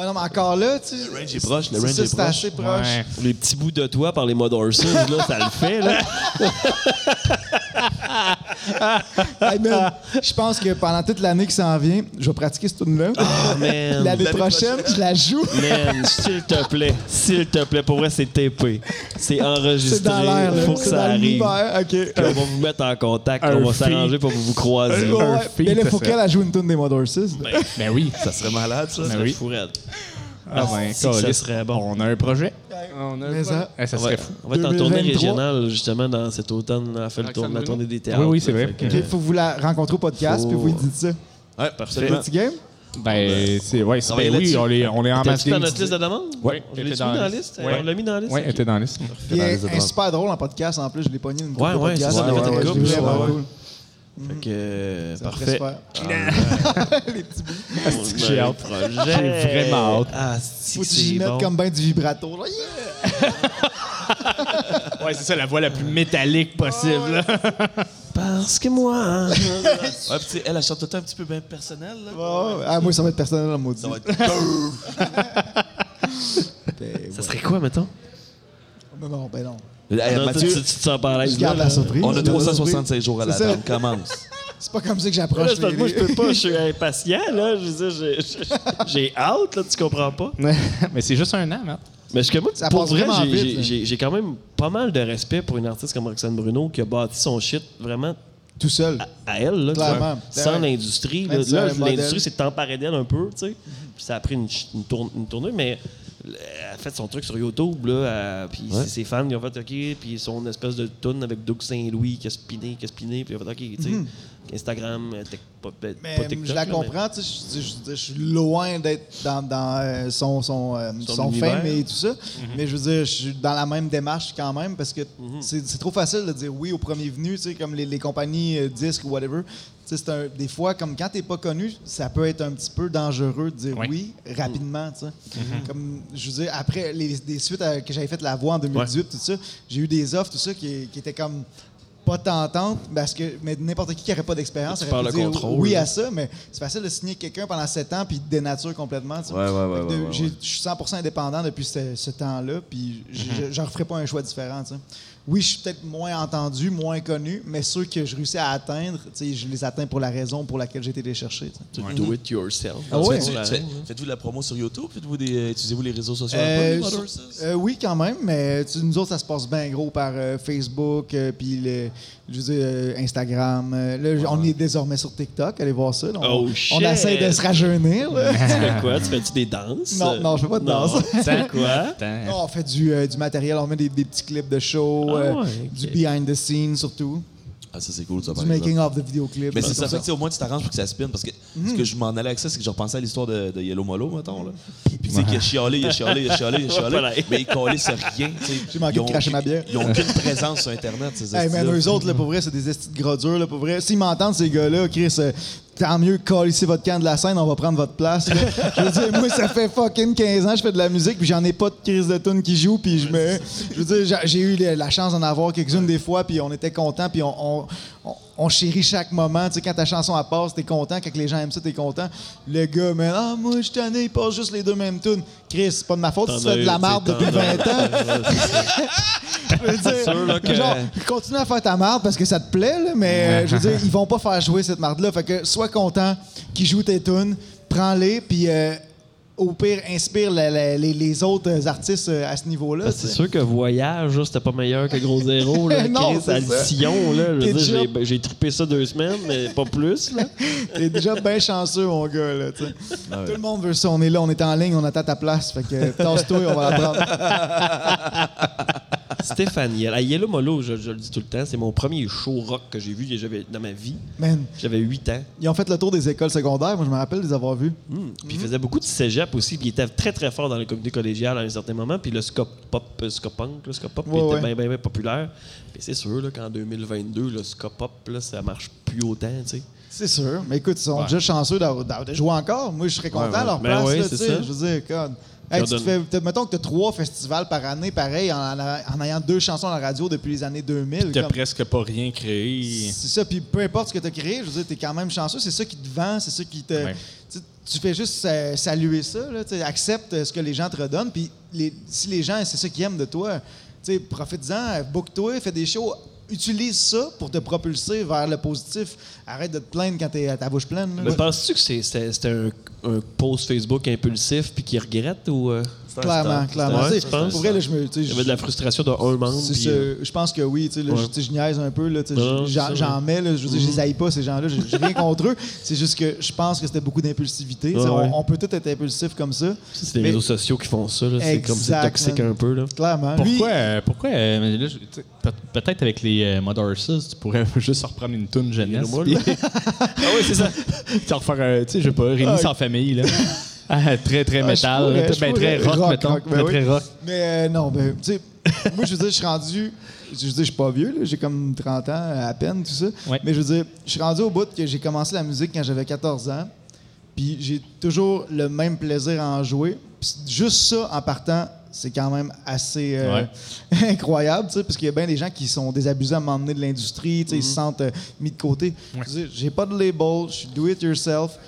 Ah non, mais encore là, tu Le range est proche, le range est C'est proche. assez proche. Ouais. Les petits bouts de toi par les modes Orsons, là, ça le fait, là. Hey, man, je pense que pendant toute l'année qui s'en vient, je vais pratiquer cette tune-là. Ah, Man, L'année prochaine, je la joue. man, s'il te plaît, s'il te plaît, pour vrai, c'est TP. C'est enregistré. C'est dans l'air, là. faut que C'est ça dans arrive. l'univers. Puis on OK. va vous mettre en contact, Un on va feat. s'arranger pour que vous vous croisiez. Ouais, un mais là, feat, faut ça qu'elle serait- a joué une tune des Modorsys. Ben oui. Ça serait malade, ça. Ça Ben oui. serait fou, raide. Ah, ben, Si que ça câlisse. serait bon. On a un projet. On a un Mais ça- Eh, ça On va, serait fou. on va être en tournée 2023. régionale, justement, dans cet automne. On a fait le tour- la tournée des théâtres. Oui, oui, c'est là, vrai. fait que- Il faut que vous la rencontrez au podcast, Faut- puis vous lui dites ça. Ouais, Parfait. absolument. Petit game? Ben, c'est, ouais, c'est- Ah, ben, ben oui, là-dessus. on est, on est en T'as-tu masse dans notre liste de demande? Ouais, Je l'ai était mis dans dans la la liste. liste. Ouais. On l'a mis dans la liste. Oui, elle ok. était dans la liste. Puis Dans les elle- elle est super drôle en podcast. En plus, je l'ai pogné une Ouais, couple de ouais, podcasts. ça, on a Ouais, fait une ouais, couple, c'est vraiment ça, ouais. cool. Fait que, euh, Ça me ferait parfait. On super. a J'ai un hâte. projet. J'ai vraiment hâte. Ah, si, Faut que c'est j'y mette bon. comme ben du vibrato. là. Yeah! Ouais, c'est ça, la voix la plus métallique possible. là. Parce que moi... Ouais, puis tu sais, elle, elle chante tout le temps un petit peu bien personnel. Là. Bon, ah, moi, ça va être personnel, en maudit. Ça va être Ben, Ça serait quoi, mettons? Non, non, ben non. Hey, Non, tu, Mathieu, tu- tu te sens pas à l'aise. Je garde là. la surprise. on a Je garde la 365 jours à C'est ça. l'attendre. Commence. surprise. C'est pas comme ça que Là, j'approche. c'est parce que les- moi, je peux pas, je suis impatient, là. Je veux dire, j'ai- j'ai- j'ai hâte, là, tu comprends pas. Mais c'est juste un an, man. Mais je, moi, Ça pour passe vrai, vraiment j'ai- vite, j'ai- là. j'ai j'ai quand même pas mal de respect pour une artiste comme Roxane Bruno qui a bâti son shit vraiment Tout seul. à elle, là, tu Clairement. Ben vois, sans Ouais. l'industrie. Là, Même si elle a Là, un modèle. Mm-hmm. l'industrie s'est emparée d'elle un peu, tu sais. Puis ça a pris une, ch- une, tourne- une tournée, mais elle a fait son truc sur YouTube, là, à- puis Ouais. ses- ses fans, ils ont fait OK, puis son espèce de tune avec Doug Saint-Louis qui a spiné, qui a spiné, puis ils ont fait OK, tu sais, Instagram, euh, tec- pas, pas Mm-hmm. Mais TikTok, je là, la mais- comprends, tu sais, je, je- je- je suis loin d'être dans, dans, euh, son, son, euh, Son son univers. Mhm. fame et tout ça. Mais je veux dire, je suis dans la même démarche quand même parce que Mhm. c'est c'est trop facile de dire oui au premier venu, tu sais, comme les, les compagnies euh, disques ou whatever. Tu sais, c'est un- des fois, comme quand t'es pas connu, ça peut être un petit peu dangereux de dire Ouais. oui Mhm. rapidement. tu sais. Comme, je veux dire, après les, des suites à- que j'avais fait la voix en 2018, tout ça, j'ai eu des offres, tout ça, qui, qui étaient comme pas tentante, parce que mais n'importe qui qui n'aurait pas d'expérience Tu aurait perds pu le dire contrôle, oui là. à ça, mais c'est facile de signer quelqu'un pendant 7 ans puis de dénature complètement. tu sais. Ouais, ouais, ouais, Fait que de- ouais, ouais, j'ai- ouais. Mhm. Je suis 100% indépendant depuis ce, ce temps-là, puis j- je- j'en referai pas un choix différent. tu sais. Oui, je suis peut-être moins entendu, moins connu, mais ceux que je réussis à atteindre, tu sais, je les atteins pour la raison pour laquelle j'ai été les chercher. tu sais. To do it yourself. Ah ouais? Fais-tu- fais- Faites-vous de la promo sur YouTube? Faites-vous des, euh, utilisez-vous les réseaux sociaux? Euh, un peu, les sur- Mothers? euh, oui, quand même, mais tu- nous autres, ça se passe bien gros par euh, Facebook, euh, puis le- je veux dire, euh, Instagram. euh, là, on est désormais sur TikTok, allez voir ça. là, on, Oh, on shit! essaie de se rajeunir. là. Tu fais quoi? Tu fais-tu des danses? Non, non, je fais pas de danse. Tu fais quoi? Attends. Non, on fait du, euh, du matériel, on met des, des petits clips de show, Ah euh, ouais, du ok. behind the scenes surtout, Ah, ça, c'est cool, ça, du par exemple. making of de vidéoclips. Mais là, c'est comme ça, Hmm. fait que, tu sais, au moins tu t'arranges pour que ça spinne. Parce que ce que je m'en allais avec ça, c'est que je repensais à l'histoire de, de Yellow Molo, mettons. Là. Puis tu sais, qu'il a chialé, il a chialé, il a chialé, il a Voilà. chialé. mais il collait sur rien. tu sais. J'ai manqué Ils de ont- cracher ma bière. Ils ont aucune présence sur Internet, ces Hey, hosties-là. man, eux autres, là, pour vrai, c'est des estis de gros durs, là, pour vrai. S'ils m'entendent, ces gars-là, Chris, euh, tant mieux, ici votre camp de la scène, on va prendre votre place. là. je veux dire, moi, ça fait fucking 15 ans que je fais de la musique, puis j'en ai pas de crise de tune qui joue, puis je me... Je veux dire, j'a- j'ai eu la- la chance d'en avoir quelques-unes des fois, puis on était contents, puis on... on- on- on chérit chaque moment. Tu sais, quand ta chanson elle passe, t'es content. Quand les gens aiment ça, t'es content. Le gars, mais ah, moi, je suis tanné, il passe juste les deux mêmes tunes. Chris, c'est pas de ma faute, tu T'en fais de as la eu, marde t'sais, depuis t'en as 20 ans. Je veux dire, sûr, là, que- genre, continue à faire ta marde parce que ça te plaît, là, mais euh, je veux dire, ils vont pas faire jouer cette marde-là. Fait que sois content qu'ils jouent tes tunes, prends-les, puis euh, au pire, inspire la- la- les, les autres artistes euh, à ce niveau-là. Ah, C'est tu sais. sûr que Voyage, là, c'était pas meilleur que Gros Zéro. Là, Non, Chris, c'est à ça. Sion, là, je veux Ketchup. dire, j'ai- j'ai trippé ça deux semaines, mais pas plus. Là. T'es déjà bien chanceux, mon gars. Là, tu sais. Ah, Tout le monde veut ça. On est là, on est en ligne, on attend ta place. Fait que tasse-toi, on va la prendre. Stéphane Yel- à Yellow Molo, je, je le dis tout le temps, c'est mon premier show rock que j'ai vu que j'avais- dans ma vie. Man, J'avais 8 ans. ils ont fait le tour des écoles secondaires. Moi, je me rappelle les avoir vus. Puis Mhm. il faisait beaucoup de cégep aussi. Puis il était très, très fort dans les communautés collégiales à un certain moment. Puis le scop pop, euh, scop punk, le scop pop il Ouais, était ouais. bien, bien, bien populaire. Puis c'est sûr là, qu'en 2022, le scop pop, là, ça marche plus autant, tu sais. C'est sûr. Mais écoute, ils sont déjà chanceux d'avoir- d'avoir- de jouer encore. Moi, je serais content Ouais, ouais. à leur Ben place. oui, là, c'est tu sais. ça. Je veux dire, God. Hey, Leur tu te donne- fais- te- mettons que tu as trois festivals par année, pareil, en, en- en ayant deux chansons à la radio depuis les années 2000. T'as comme- presque pas rien créé. C'est ça, puis peu importe ce que tu as créé, je veux dire, tu es quand même chanceux, c'est ça qui te vend, c'est ça qui te. Ouais. Tu, tu fais juste euh, saluer ça, là, tu sais, accepte euh, ce que les gens te redonnent, puis les- si les gens, c'est ça qu'ils aiment de toi, tu sais, profite-en, euh, book-toi, fais des shows, utilise ça pour te propulser vers le positif. Arrête de te plaindre quand t'es à ta bouche pleine. là. Mais penses-tu que c'est- c'est- c'était un, un post Facebook impulsif puis qu'il regrette ou. euh, Clairement, clairement. Ouais, Tu sais, tu penses? Pour vrai, là, je me. tu sais, Il y avait de la frustration d'un membre. C'est puis, ça. euh, Je pense que oui. Tu sais, là, Ouais. je- tu sais, je niaise un peu. là, tu sais, Non, j'en- c'est ça, J'en ouais. mets. là, je veux dire, je les haïs pas, ces gens-là. J'ai j'ai rien contre eux. C'est juste que je pense que c'était beaucoup d'impulsivité. Tu sais, Ouais, on- ouais. On, peut tout être impulsif comme ça. c'est les Mais- réseaux sociaux qui font ça. là. C'est comme c'est Exact, toxique man. un peu. Là. Clairement. Lui- Pourquoi, euh, pourquoi euh, mais là, je- tu sais, peut- peut-être avec les euh, Mud Horses, tu pourrais juste reprendre une toune jeunesse. Yellow puis- Molo. ah oui, c'est ça. tu vas refaire, euh, tu sais, je sais pas, Rémi sans famille, là. Ah, très, très Ah, je métal. pourrais, là. je Ben, très pourrais. rock, Rock, mettons. rock, ben très, oui. très rock. Mais euh, non, ben, tu sais, moi, je veux dire, je suis rendu. Je veux dire, je suis pas vieux, là, j'ai comme 30 ans à peine, tout ça. Ouais. Mais je veux dire, je suis rendu au bout que j'ai commencé la musique quand j'avais 14 ans. Puis j'ai toujours le même plaisir à en jouer. Puis juste ça, en partant, c'est quand même assez euh, incroyable, tu sais, parce qu'il y a bien des gens qui sont désabusés à m'emmener de l'industrie, tu sais, ils se sentent euh, mis de côté. Je veux dire, J'ai pas de label, je suis do it yourself.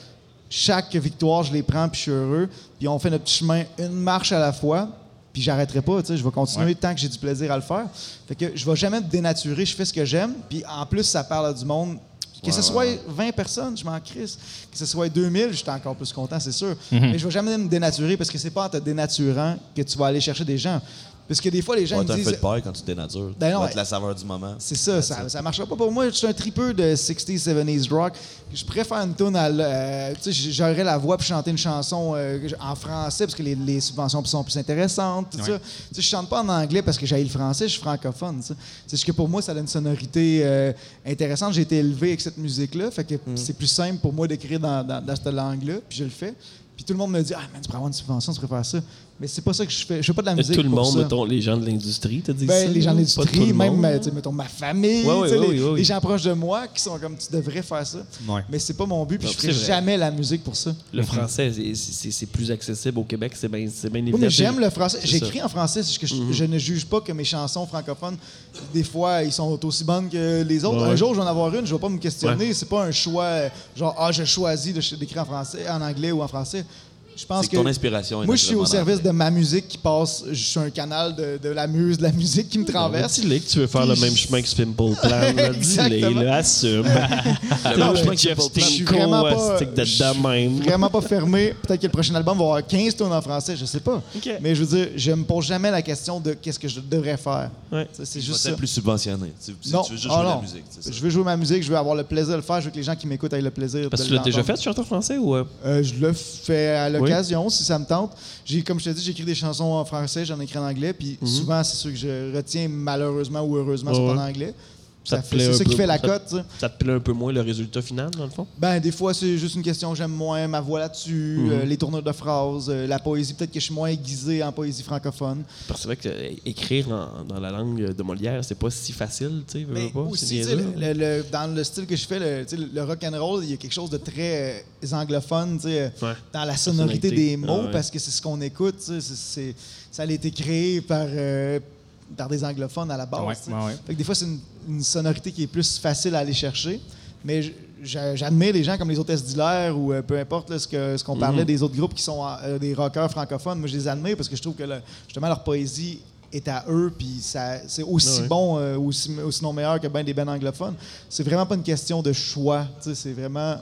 Chaque victoire, je les prends, puis je suis heureux. Puis on fait notre petit chemin une marche à la fois, puis j'arrêterai pas, tu sais, je vais continuer tant que j'ai du plaisir à le faire. Fait que je vais jamais me dénaturer, je fais ce que j'aime, puis en plus, ça parle à du monde. Que ce soit 20 personnes, je m'en crisse. Que ce soit 2000, j'étais encore plus content, c'est sûr. Mhm. Mais je vais jamais me dénaturer parce que c'est pas en te dénaturant que tu vas aller chercher des gens. Parce que des fois, les gens Ouais, me t'as fait disent. de paille quand tu dénatures. Ben tu non, vas ouais. être la saveur du moment. C'est ça, ça, ça marchera pas pour moi. Je suis un tripeux de 60s, 70s rock. Je préfère une tune à. l- euh, tu sais, j'aurais la voix pour chanter une chanson euh, en français parce que les, les subventions sont plus intéressantes, tout ça. Tu sais, je chante pas en anglais parce que j'ai le français, je suis francophone. tu sais. C'est juste que pour moi, ça donne une sonorité euh, intéressante. Mm. J'ai été élevé avec cette musique-là, fait que c'est plus simple pour moi d'écrire dans, dans- dans cette langue-là, puis je le fais. Puis Puis tout le monde me dit Ah, man, tu pourrais avoir une subvention, tu pourrais faire ça. Mais c'est pas ça que je fais. Je fais pas de la musique. Tout le pour monde, ça. mettons, les gens de l'industrie, t'as dit ça? Ben, les gens de là? Pas tout l'industrie, le même, monde. euh, tu sais, mettons, ma famille, Ouais, ouais, tu sais, ouais, les, ouais, ouais. les gens proches de moi qui sont comme, tu devrais faire ça. Ouais. Mais c'est pas mon but, puis Non, je ferai c'est vrai. jamais la musique pour ça. Le français, c'est- c'est c'est plus accessible au Québec, c'est bien c'est bien Oui, évident. mais j'aime le français. C'est Mm-hmm. J'écris en français, c'est que je, je ne juge pas que mes chansons francophones, des fois, ils sont aussi bonnes que les autres. Ouais, Un ouais. jour, je vais en avoir une, je vais pas me questionner. C'est pas un choix, euh, genre, ah, je choisis de ch- d'écrire en français, en anglais ou en français. Je pense C'est que ton inspiration est Moi, je suis au naturellement service de ma musique qui passe. Je suis un canal de, de la muse, de la musique qui me traverse. Dis-le que tu veux faire le Puis même je- chemin que Spimple Plan. là. Dis-le, Exactement. là, assume. Le T'as chemin le que Jeff Spimple Plan- Je suis Stinko, vraiment pas- euh, stick je d'être suis de même. Vraiment pas fermé. Peut-être que le prochain album va avoir 15 tonnes en français, je sais pas. Ok. Mais je veux dire, je me pose jamais la question de qu'est-ce que je devrais faire. Ouais. Ça, C'est Tu vas juste ça. être plus subventionné. Tu, tu- Non. tu veux juste Ah, jouer de la non. musique. c'est ça. Je veux jouer ma musique, je veux avoir le plaisir de le faire, je veux que les gens qui m'écoutent aient le plaisir. Parce de que tu l'as déjà fait, l'entendre. tu chantes en français ou. euh? Euh, je le fais à l'occasion, si ça me tente. J'ai, comme je te dis, j'écris des chansons en français, j'en écris en anglais, puis souvent, c'est ceux que je retiens malheureusement ou heureusement, sont Mhm. Ouais, ouais. en anglais. Ça te fait- plaît c'est un ça qui peu, fait la ça te- cote. tu sais. Ça te plaît un peu moins le résultat final, dans le fond? Ben, des fois, c'est juste une question, j'aime moins ma voix là-dessus, Mhm. euh, les tournures de phrases, euh, la poésie. Peut-être que je suis moins aiguisé en poésie francophone. Parce que c'est vrai que euh, écrire en- dans la langue de Molière, c'est pas si facile, tu sais. veux, veux Mais pas, c'est aussi, tu sais, niaiseux. le- le- le- dans le style que je fais, le, tu sais, le rock and roll, il y a quelque chose de très euh, anglophone, tu sais, euh, Ouais. dans la sonorité Sonorité. des mots, Ah ouais. parce que c'est ce qu'on écoute. tu sais, c'est- c'est- ça a été créé par, euh, par des anglophones à la base. Ouais, tu sais. ouais, ouais. Fait que des fois, c'est une, une sonorité qui est plus facile à aller chercher. Mais j- j'a- j'admire les gens comme les hôtesses d'Hilaire ou euh, peu importe là, ce que- ce qu'on Mhm. parlait des autres groupes qui sont en- euh, des rockers francophones. Moi, je les admire parce que je trouve que le- justement leur poésie est à eux, puis ça- c'est aussi Ouais. bon euh, ou si- ou sinon meilleur que bien des bands anglophones. C'est vraiment pas une question de choix. tu sais, C'est vraiment.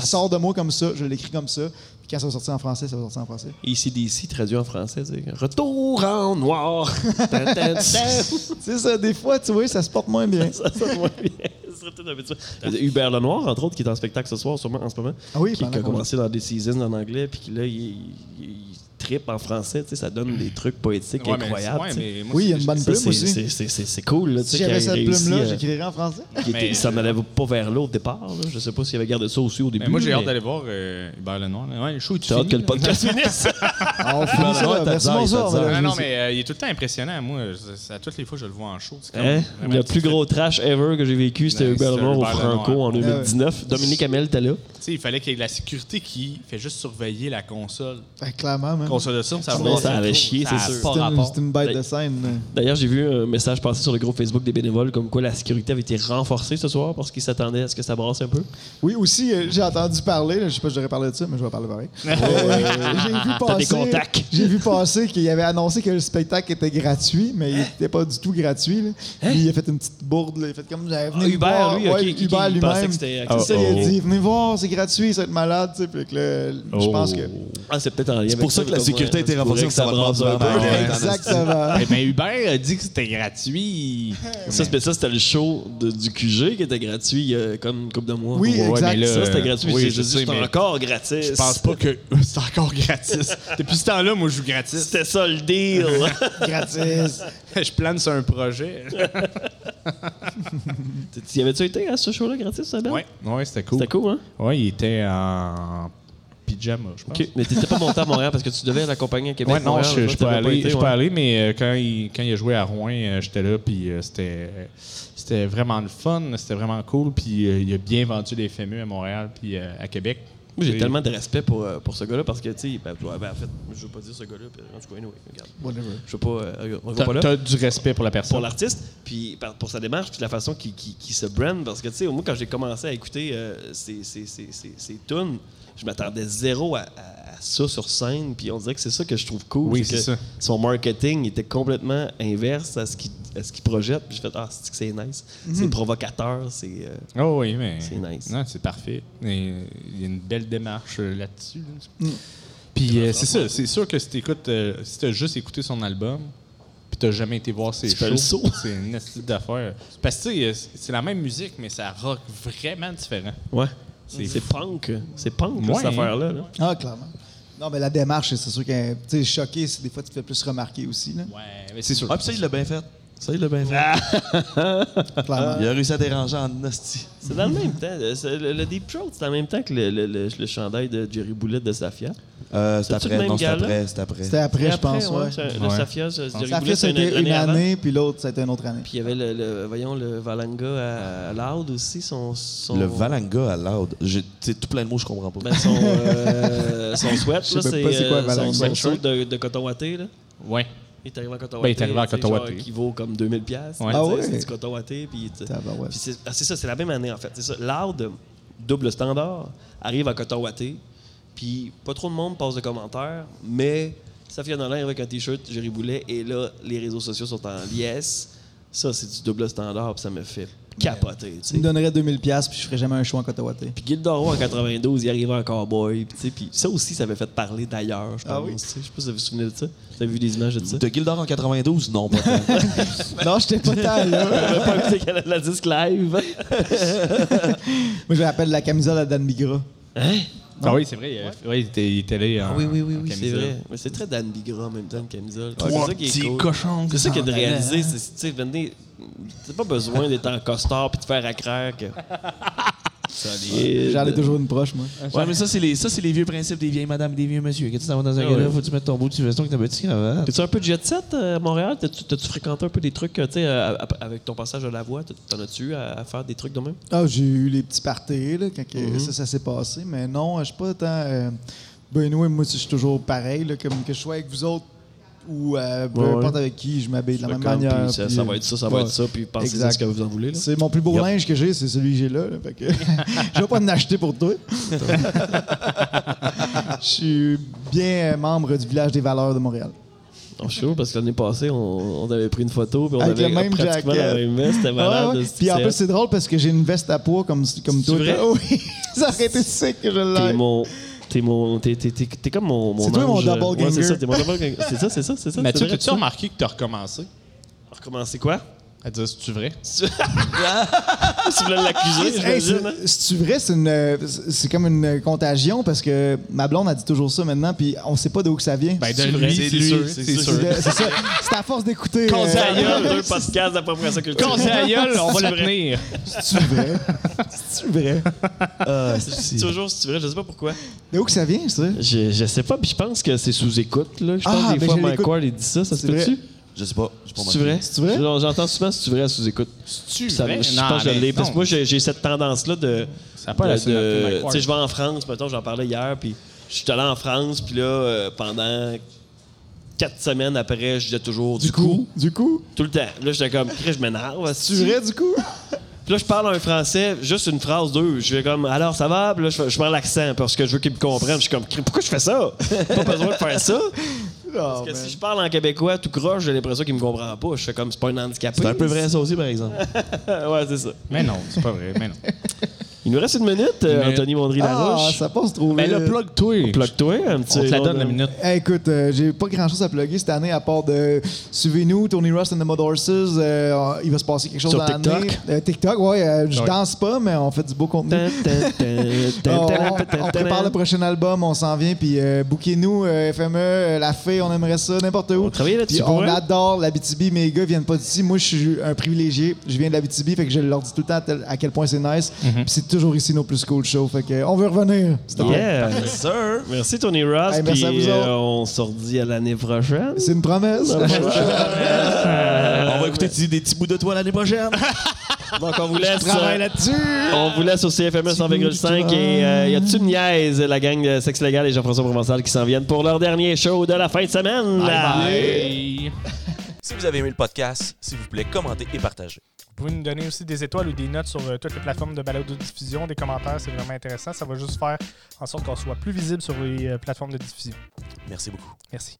Ils- sort de moi comme ça, je l'écris comme ça. Puis quand ça va sortir en français, ça va sortir en français. ACDC traduit en français, tu sais. Retour en noir. Tan, tan, tan. c'est ça, des fois, tu vois, ça se porte moins bien. ça sonne moins bien. Ce serait tout habituel. Hubert Lenoir, entre autres, qui est en spectacle ce soir, sûrement en ce moment. Ah oui, qui, qui pendant a qu'on- commencé dans des seasons en anglais, puis qui là, il, il, il trippe en français, tu sais, ça donne des trucs poétiques Ouais, mais- incroyables. ouais, tu sais. mais moi, Oui, il y a c'est- une bonne Ça, plume c'est- aussi. c'est- c'est- c'est- c'est cool, là, tu sais, Si qu'il j'avais ait cette réussi, plume-là, euh, j'écrirais en français. qu'il était- Mais- il s'en allait pas vers là au départ. là. Je sais pas s'il avait gardé ça aussi au début. Mais moi, j'ai hâte mais- d'aller voir euh, Hubert Lenoir. là. Ouais, le show est J'ai hâte que le podcast finisse. Ah, on finit ça, ouais, là. t'as Merci, dit, bonsoir. t'as dit. madame. Non, non, mais euh, il est tout le temps impressionnant. Moi, C'est- c'est à toutes les fois que je le vois en show. c'est comme Hein? vraiment Le tout plus fait. gros trash ever que j'ai vécu, c'était Ouais, Hubert c'était Lenoir au Hubert Lenoir. Franco en 2019. Dominique Hamel était là. Tu sais, il fallait qu'il y ait de la sécurité qui fait juste surveiller la console. Ben, clairement, man. Console de son, ça Sinon, va. ça allait chier, Ça c'est a sûr. pas C'est une, rapport. c'est une bête de scène. D'ailleurs, j'ai vu un message passer sur le groupe Facebook des bénévoles comme quoi la sécurité avait été renforcée ce soir parce qu'ils s'attendaient à ce que ça brasse un peu. Oui, aussi, euh, j'ai entendu parler, là, je sais pas si j'aurais parlé de ça, mais je vais parler pareil. Euh, j'ai vu des passer- contacts. J'ai vu passer qu'il avait annoncé que le spectacle était gratuit, mais Hein? il n'était pas du tout gratuit. là. Lui, il a fait une petite bourde, là, il a fait comme j'avais Ah, venu Hubert, voir. lui, ok, qui- qui Hubert pensait lui-même. que c'était Oh, C'est ça, il a accessible. dit venez voir, c'est gratuit, ça va être malade, tu sais, puis que là, je pense que Ah, c'est peut-être en lien C'est pour ça que la sécurité a été renforcée. Ça brasse un peu. Ouais. Ah, exactement. Eh ben, Hubert a dit que c'était gratuit. Ça, c'est- ça, c'était le show de- du QG qui était gratuit il y a comme une couple de mois. Oui, Ouais, exact. mais là, Ça, c'était gratuit. Oui, J'ai je juste sais, dit, mais c'est encore gratis. Je pense pas que c'est encore gratis. Depuis ce temps-là, moi, je joue gratis. C'était ça le deal. gratis. Je plane sur un projet. Ah, y avait-tu été à ce show-là gratis, ça, Ben? Ouais, ouais c'était cool. C'était cool, hein? Ouais, il était en pyjama, je pense. OK. Mais t'étais pas monté à Montréal parce que tu devais l'accompagner à Québec. Ouais, non, Montréal, je je suis t'avais pas allé, été, je suis ouais. pas allé, mais euh, quand il, quand il a joué à Rouen, euh, j'étais là, puis euh, c'était euh, c'était vraiment le fun, c'était vraiment cool, puis euh, il a bien vendu les FMU à Montréal, puis euh, à Québec. Moi, j'ai Et- tellement de respect pour, euh, pour ce gars-là parce que, tu sais, ben, ben, en fait, je veux pas dire ce gars-là, puis en tout cas, anyway, regarde. Je veux pas. euh, on va pas T'as là. t'as du respect pour la pour personne. l'artiste, puis par- pour sa démarche, puis la façon qu'il qu'il- qu'il se brand. Parce que, tu sais, moi, quand j'ai commencé à écouter euh, ses, ses- ses- ses- ses tunes, je m'attendais zéro à, à- à ça sur scène. Puis on dirait que c'est ça que je trouve cool. Oui, que c'est ça. Son marketing était complètement inverse à ce qu'il à ce qu'il projette. Puis j'ai fait, ah, c'est que c'est nice. Mhm. C'est provocateur, c'est. euh, Oh oui, mais. C'est nice. Non, c'est parfait. Et, euh, Il y a une belle démarche euh, là-dessus. Mm. là. Puis euh, c'est ça, c'est sûr que si t'écoutes, euh, si t'as juste écouté son album, puis t'as jamais été voir ses Tu shows, fais le saut. c'est une astuce d'affaires. Parce que tu sais, euh, c'est la même musique, mais ça rock vraiment différent. ouais. C'est punk. C'est punk, là, Ouais, cette hein. affaire-là. là. Ah, clairement. Non, mais la démarche, c'est sûr que, tu sais, choqué, c'est des fois, tu te fais plus remarquer aussi. Là. Ouais, mais c'est sûr. Ah, puis ça, il l'a bien fait. Ça, il l'a bien Euh, fait. clairement. Il a réussi à déranger en hostie. C'est dans le même temps. euh, c'est- Le, le Deep Throat, c'est en même temps que le, le- le- le chandail de Jerry Boulet de Safia. Euh, c'est C'est-tu le après. même Non, c'est gars-là? après. C'est après. C'était après, je pense, ouais. c'est- Le Ouais. Safia, c'est- Jerry Ça a Boulet, fait, c'est une, c'était une avant. année, puis l'autre, c'était une autre année. Puis il y avait le, le- voyons, le Valanga à Loud aussi, son... son- Le Valanga à Loud. J'ai- C'est tout plein de mots, je comprends pas. Ben, son, euh, son sweat, Je là, sais c'est même pas c'est quoi, euh, son Valanga. sweatshirt de, de coton watté, là. Ouais. Il est arrivé en coton Ben, il watté. est arrivé en tu sais, coton genre, watté. Qui vaut comme 2000$. piastres, Ouais. tu sais, Ah ouais? C'est du coton watté. Puis tu- Tabarouette. puis c'est ah, c'est ça, c'est la même année, en fait. C'est ça. Loud, double standard, arrive en coton watté. Puis pas trop de monde passe de commentaires, mais Safia Nolin arrive avec un T-shirt Jerry Boulet. Et là, les réseaux sociaux sont en liesse. Ça, c'est du double standard, puis ça me fait capoter. tu sais. Tu me donnerais 2000$, puis je ferais jamais un show en Cotawaté. Puis Gildoro en 92, il arrivait en cowboy. Puis, tu sais, puis ça aussi, ça avait fait parler d'ailleurs, je pense. Ah oui? tu sais. Je sais pas si vous vous souvenez de ça. Vous avez vu des images de ça? De Gildor en 92? Non, pas tant. Non, j'étais pas tant J'avais là. pas écouté qu'elle la disque live. Moi, je l'appelle la camisole à Dan Migra. Ah oui, c'est vrai. Il, avait- ouais, il était, il était allé Ah en. en c'est camisole. vrai. Mais c'est très Dan Bigra en même temps, une camisole. Trois c'est ça qui petits est cool. cochons C'est ça qu'il y a de qui s'en réaliser. C'est, tu sais, venez, t'as pas besoin d'être en costard puis de faire à craque. J'en ai toujours une proche, moi. Ah, Ouais, mais ça, c'est les, ça, c'est les vieux principes des vieilles madames et des vieux monsieur. Quand tu t'en vas dans un Ah gala, ouais. faut que tu mettes ton beau petit veston avec ta petite cravate. T'es-tu un peu jet set euh, à Montréal? T'as-tu, t'as-tu fréquenté un peu des trucs, euh, tu sais, euh, à- avec ton passage à la voix? T'as- T'en as-tu à, à faire des trucs de même? Ah, j'ai eu les petits parties, là, quand que Mhm. ça, ça s'est passé. Mais non, je suis pas tant. euh, ben, oui, moi, je suis toujours pareil, là, comme que je sois avec vous autres ou euh, peu Ouais, ouais. importe avec qui, je m'habille de la Fait même comme, manière. puis ça, puis, ça va être ça, ça va ouais. être ça, puis pensez à Exact. ce que vous en voulez. Là. C'est mon plus beau linge que j'ai, c'est celui que j'ai là. là, fait que je vais pas en acheter pour toi. Je suis bien euh, membre du village des valeurs de Montréal. Je suis sûr, parce que l'année passée, on, on avait pris une photo, puis on Avec avait le même pratiquement jacket. la Ah même veste, c'était malade. Ouais, ouais. c'est- Puis en c'est- plus, c'est drôle parce que j'ai une veste à poids comme, comme C'est toi. vrai? Oh oui, ça aurait été sick que je T'es l'aille. mon. T'es mon. T'es, t'es, t'es- t'es comme mon. mon C'est toi mon ange. double Ouais, c'est ganger. ça, t'es mon double ganger. C'est ça, c'est ça, c'est ça. c'est Mathieu, vrai, t'as-tu remarqué que t'as recommencé Recommencer quoi à dire c'est-tu vrai? Ah! Tu voulais l'accuser, Hey, j'imagine. hein? c'est- C'est-tu vrai? C'est une, euh, c'est- c'est comme une euh, contagion parce que ma blonde a dit toujours ça maintenant, puis on sait pas d'où que ça vient. Ben, de C'est vrai, lui, c'est c'est lui, c'est C'est sûr. de- c'est ça. C'est à force d'écouter. Quand ça Ta euh, gueule, deux podcasts d'après ça que le Quand c'est la gueule, on va la tenir. C'est-tu vrai? C'est-tu vrai? Toujours, Ah, si tu veux, je sais pas pourquoi. D'où que ça vient, ça? Je, je sais pas, puis je pense que c'est sous écoute, là. Je pense Ah, que des ben, fois, je Mike l'écoute. Ward, il dit ça, ça se C'est vrai. peut-tu Je sais pas. j'ai pas C'est remarqué. vrai. C'est vrai? Genre, J'entends souvent si tu vrai à sous-écoute. C'est-tu Ça, vrai? je Non, pense que je mais l'ai. Parce non. que moi, j'ai j'ai cette tendance-là de. Ça a pas la de- sonorité de- Mike Ward. Tu sais, je vais en France, mettons, j'en parlais hier, puis je suis allé en France, puis là, euh, pendant quatre semaines après, je disais toujours du, coup, Du coup? tout le temps. Là, j'étais comme, Chris, je m'énerve. C'est vrai, du coup? Puis là, je parle un français, juste une phrase, deux. Je vais comme, alors ça va? Puis là, je, fais- je prends l'accent parce que je veux qu'ils me comprennent. Je suis comme, Chris, pourquoi je fais ça? Pas besoin de faire ça. Oh, Parce que si man. je parle en québécois tout croche, j'ai l'impression qu'ils me comprennent pas. Je fais comme, c'est pas un handicapé. C'est un peu vrai, ça aussi, par exemple. ouais, c'est ça. Mais non, c'est pas vrai. Mais non. Il nous reste une minute, euh, Une minute. Anthony Ah, Mondry-Laroche. ça passe trop vite. Mais Ben, le plug-toi. Plug-toi un petit. On te la nom donne de- la minute. Hey, écoute, euh, j'ai pas grand chose à plugger cette année à part de suivez-nous, Tony Ross and the Mud Horses. euh, il va se passer quelque chose Sur dans l'année. TikTok? Euh, TikTok, ouais. euh, je Ouais. danse pas, mais on fait du beau contenu. Tan, tan, On, tan, tan, tan, tan, tan, on- on prépare le tan. prochain album, on s'en vient, puis euh, bouquez-nous, euh, FME, euh, La Fée, on aimerait ça, n'importe où. va travailler là-dessus Puis pour on elle. adore la BTB, mes gars viennent pas d'ici. Moi, je suis un privilégié, je viens de la BTB, fait que je leur dis tout le temps à, tel- à quel point c'est nice. Mhm. Puis c'est toujours ici nos plus cool shows, fait que euh, on veut revenir. C'est Yeah. Sir! Merci Tony Ross. Hey, merci à puis, vous autres. euh, on se redit à l'année prochaine. c'est une promesse. on va écouter des- des petits bouts de toi l'année prochaine. Donc on vous laisse. Travaille euh, là-dessus. on vous laisse au CFME 100,5 et euh, y a-tu une niaise, la gang de Sexe Légal et Jean-François Provençal qui s'en viennent pour leur dernier show de la fin de semaine. Bye. si vous avez aimé le podcast, s'il vous plaît, commentez et partagez. Vous pouvez nous donner aussi des étoiles ou des notes sur euh, toutes les plateformes de balado-diffusion, des commentaires, c'est vraiment intéressant. Ça va juste faire en sorte qu'on soit plus visible sur les euh, plateformes de diffusion. Merci beaucoup. Merci.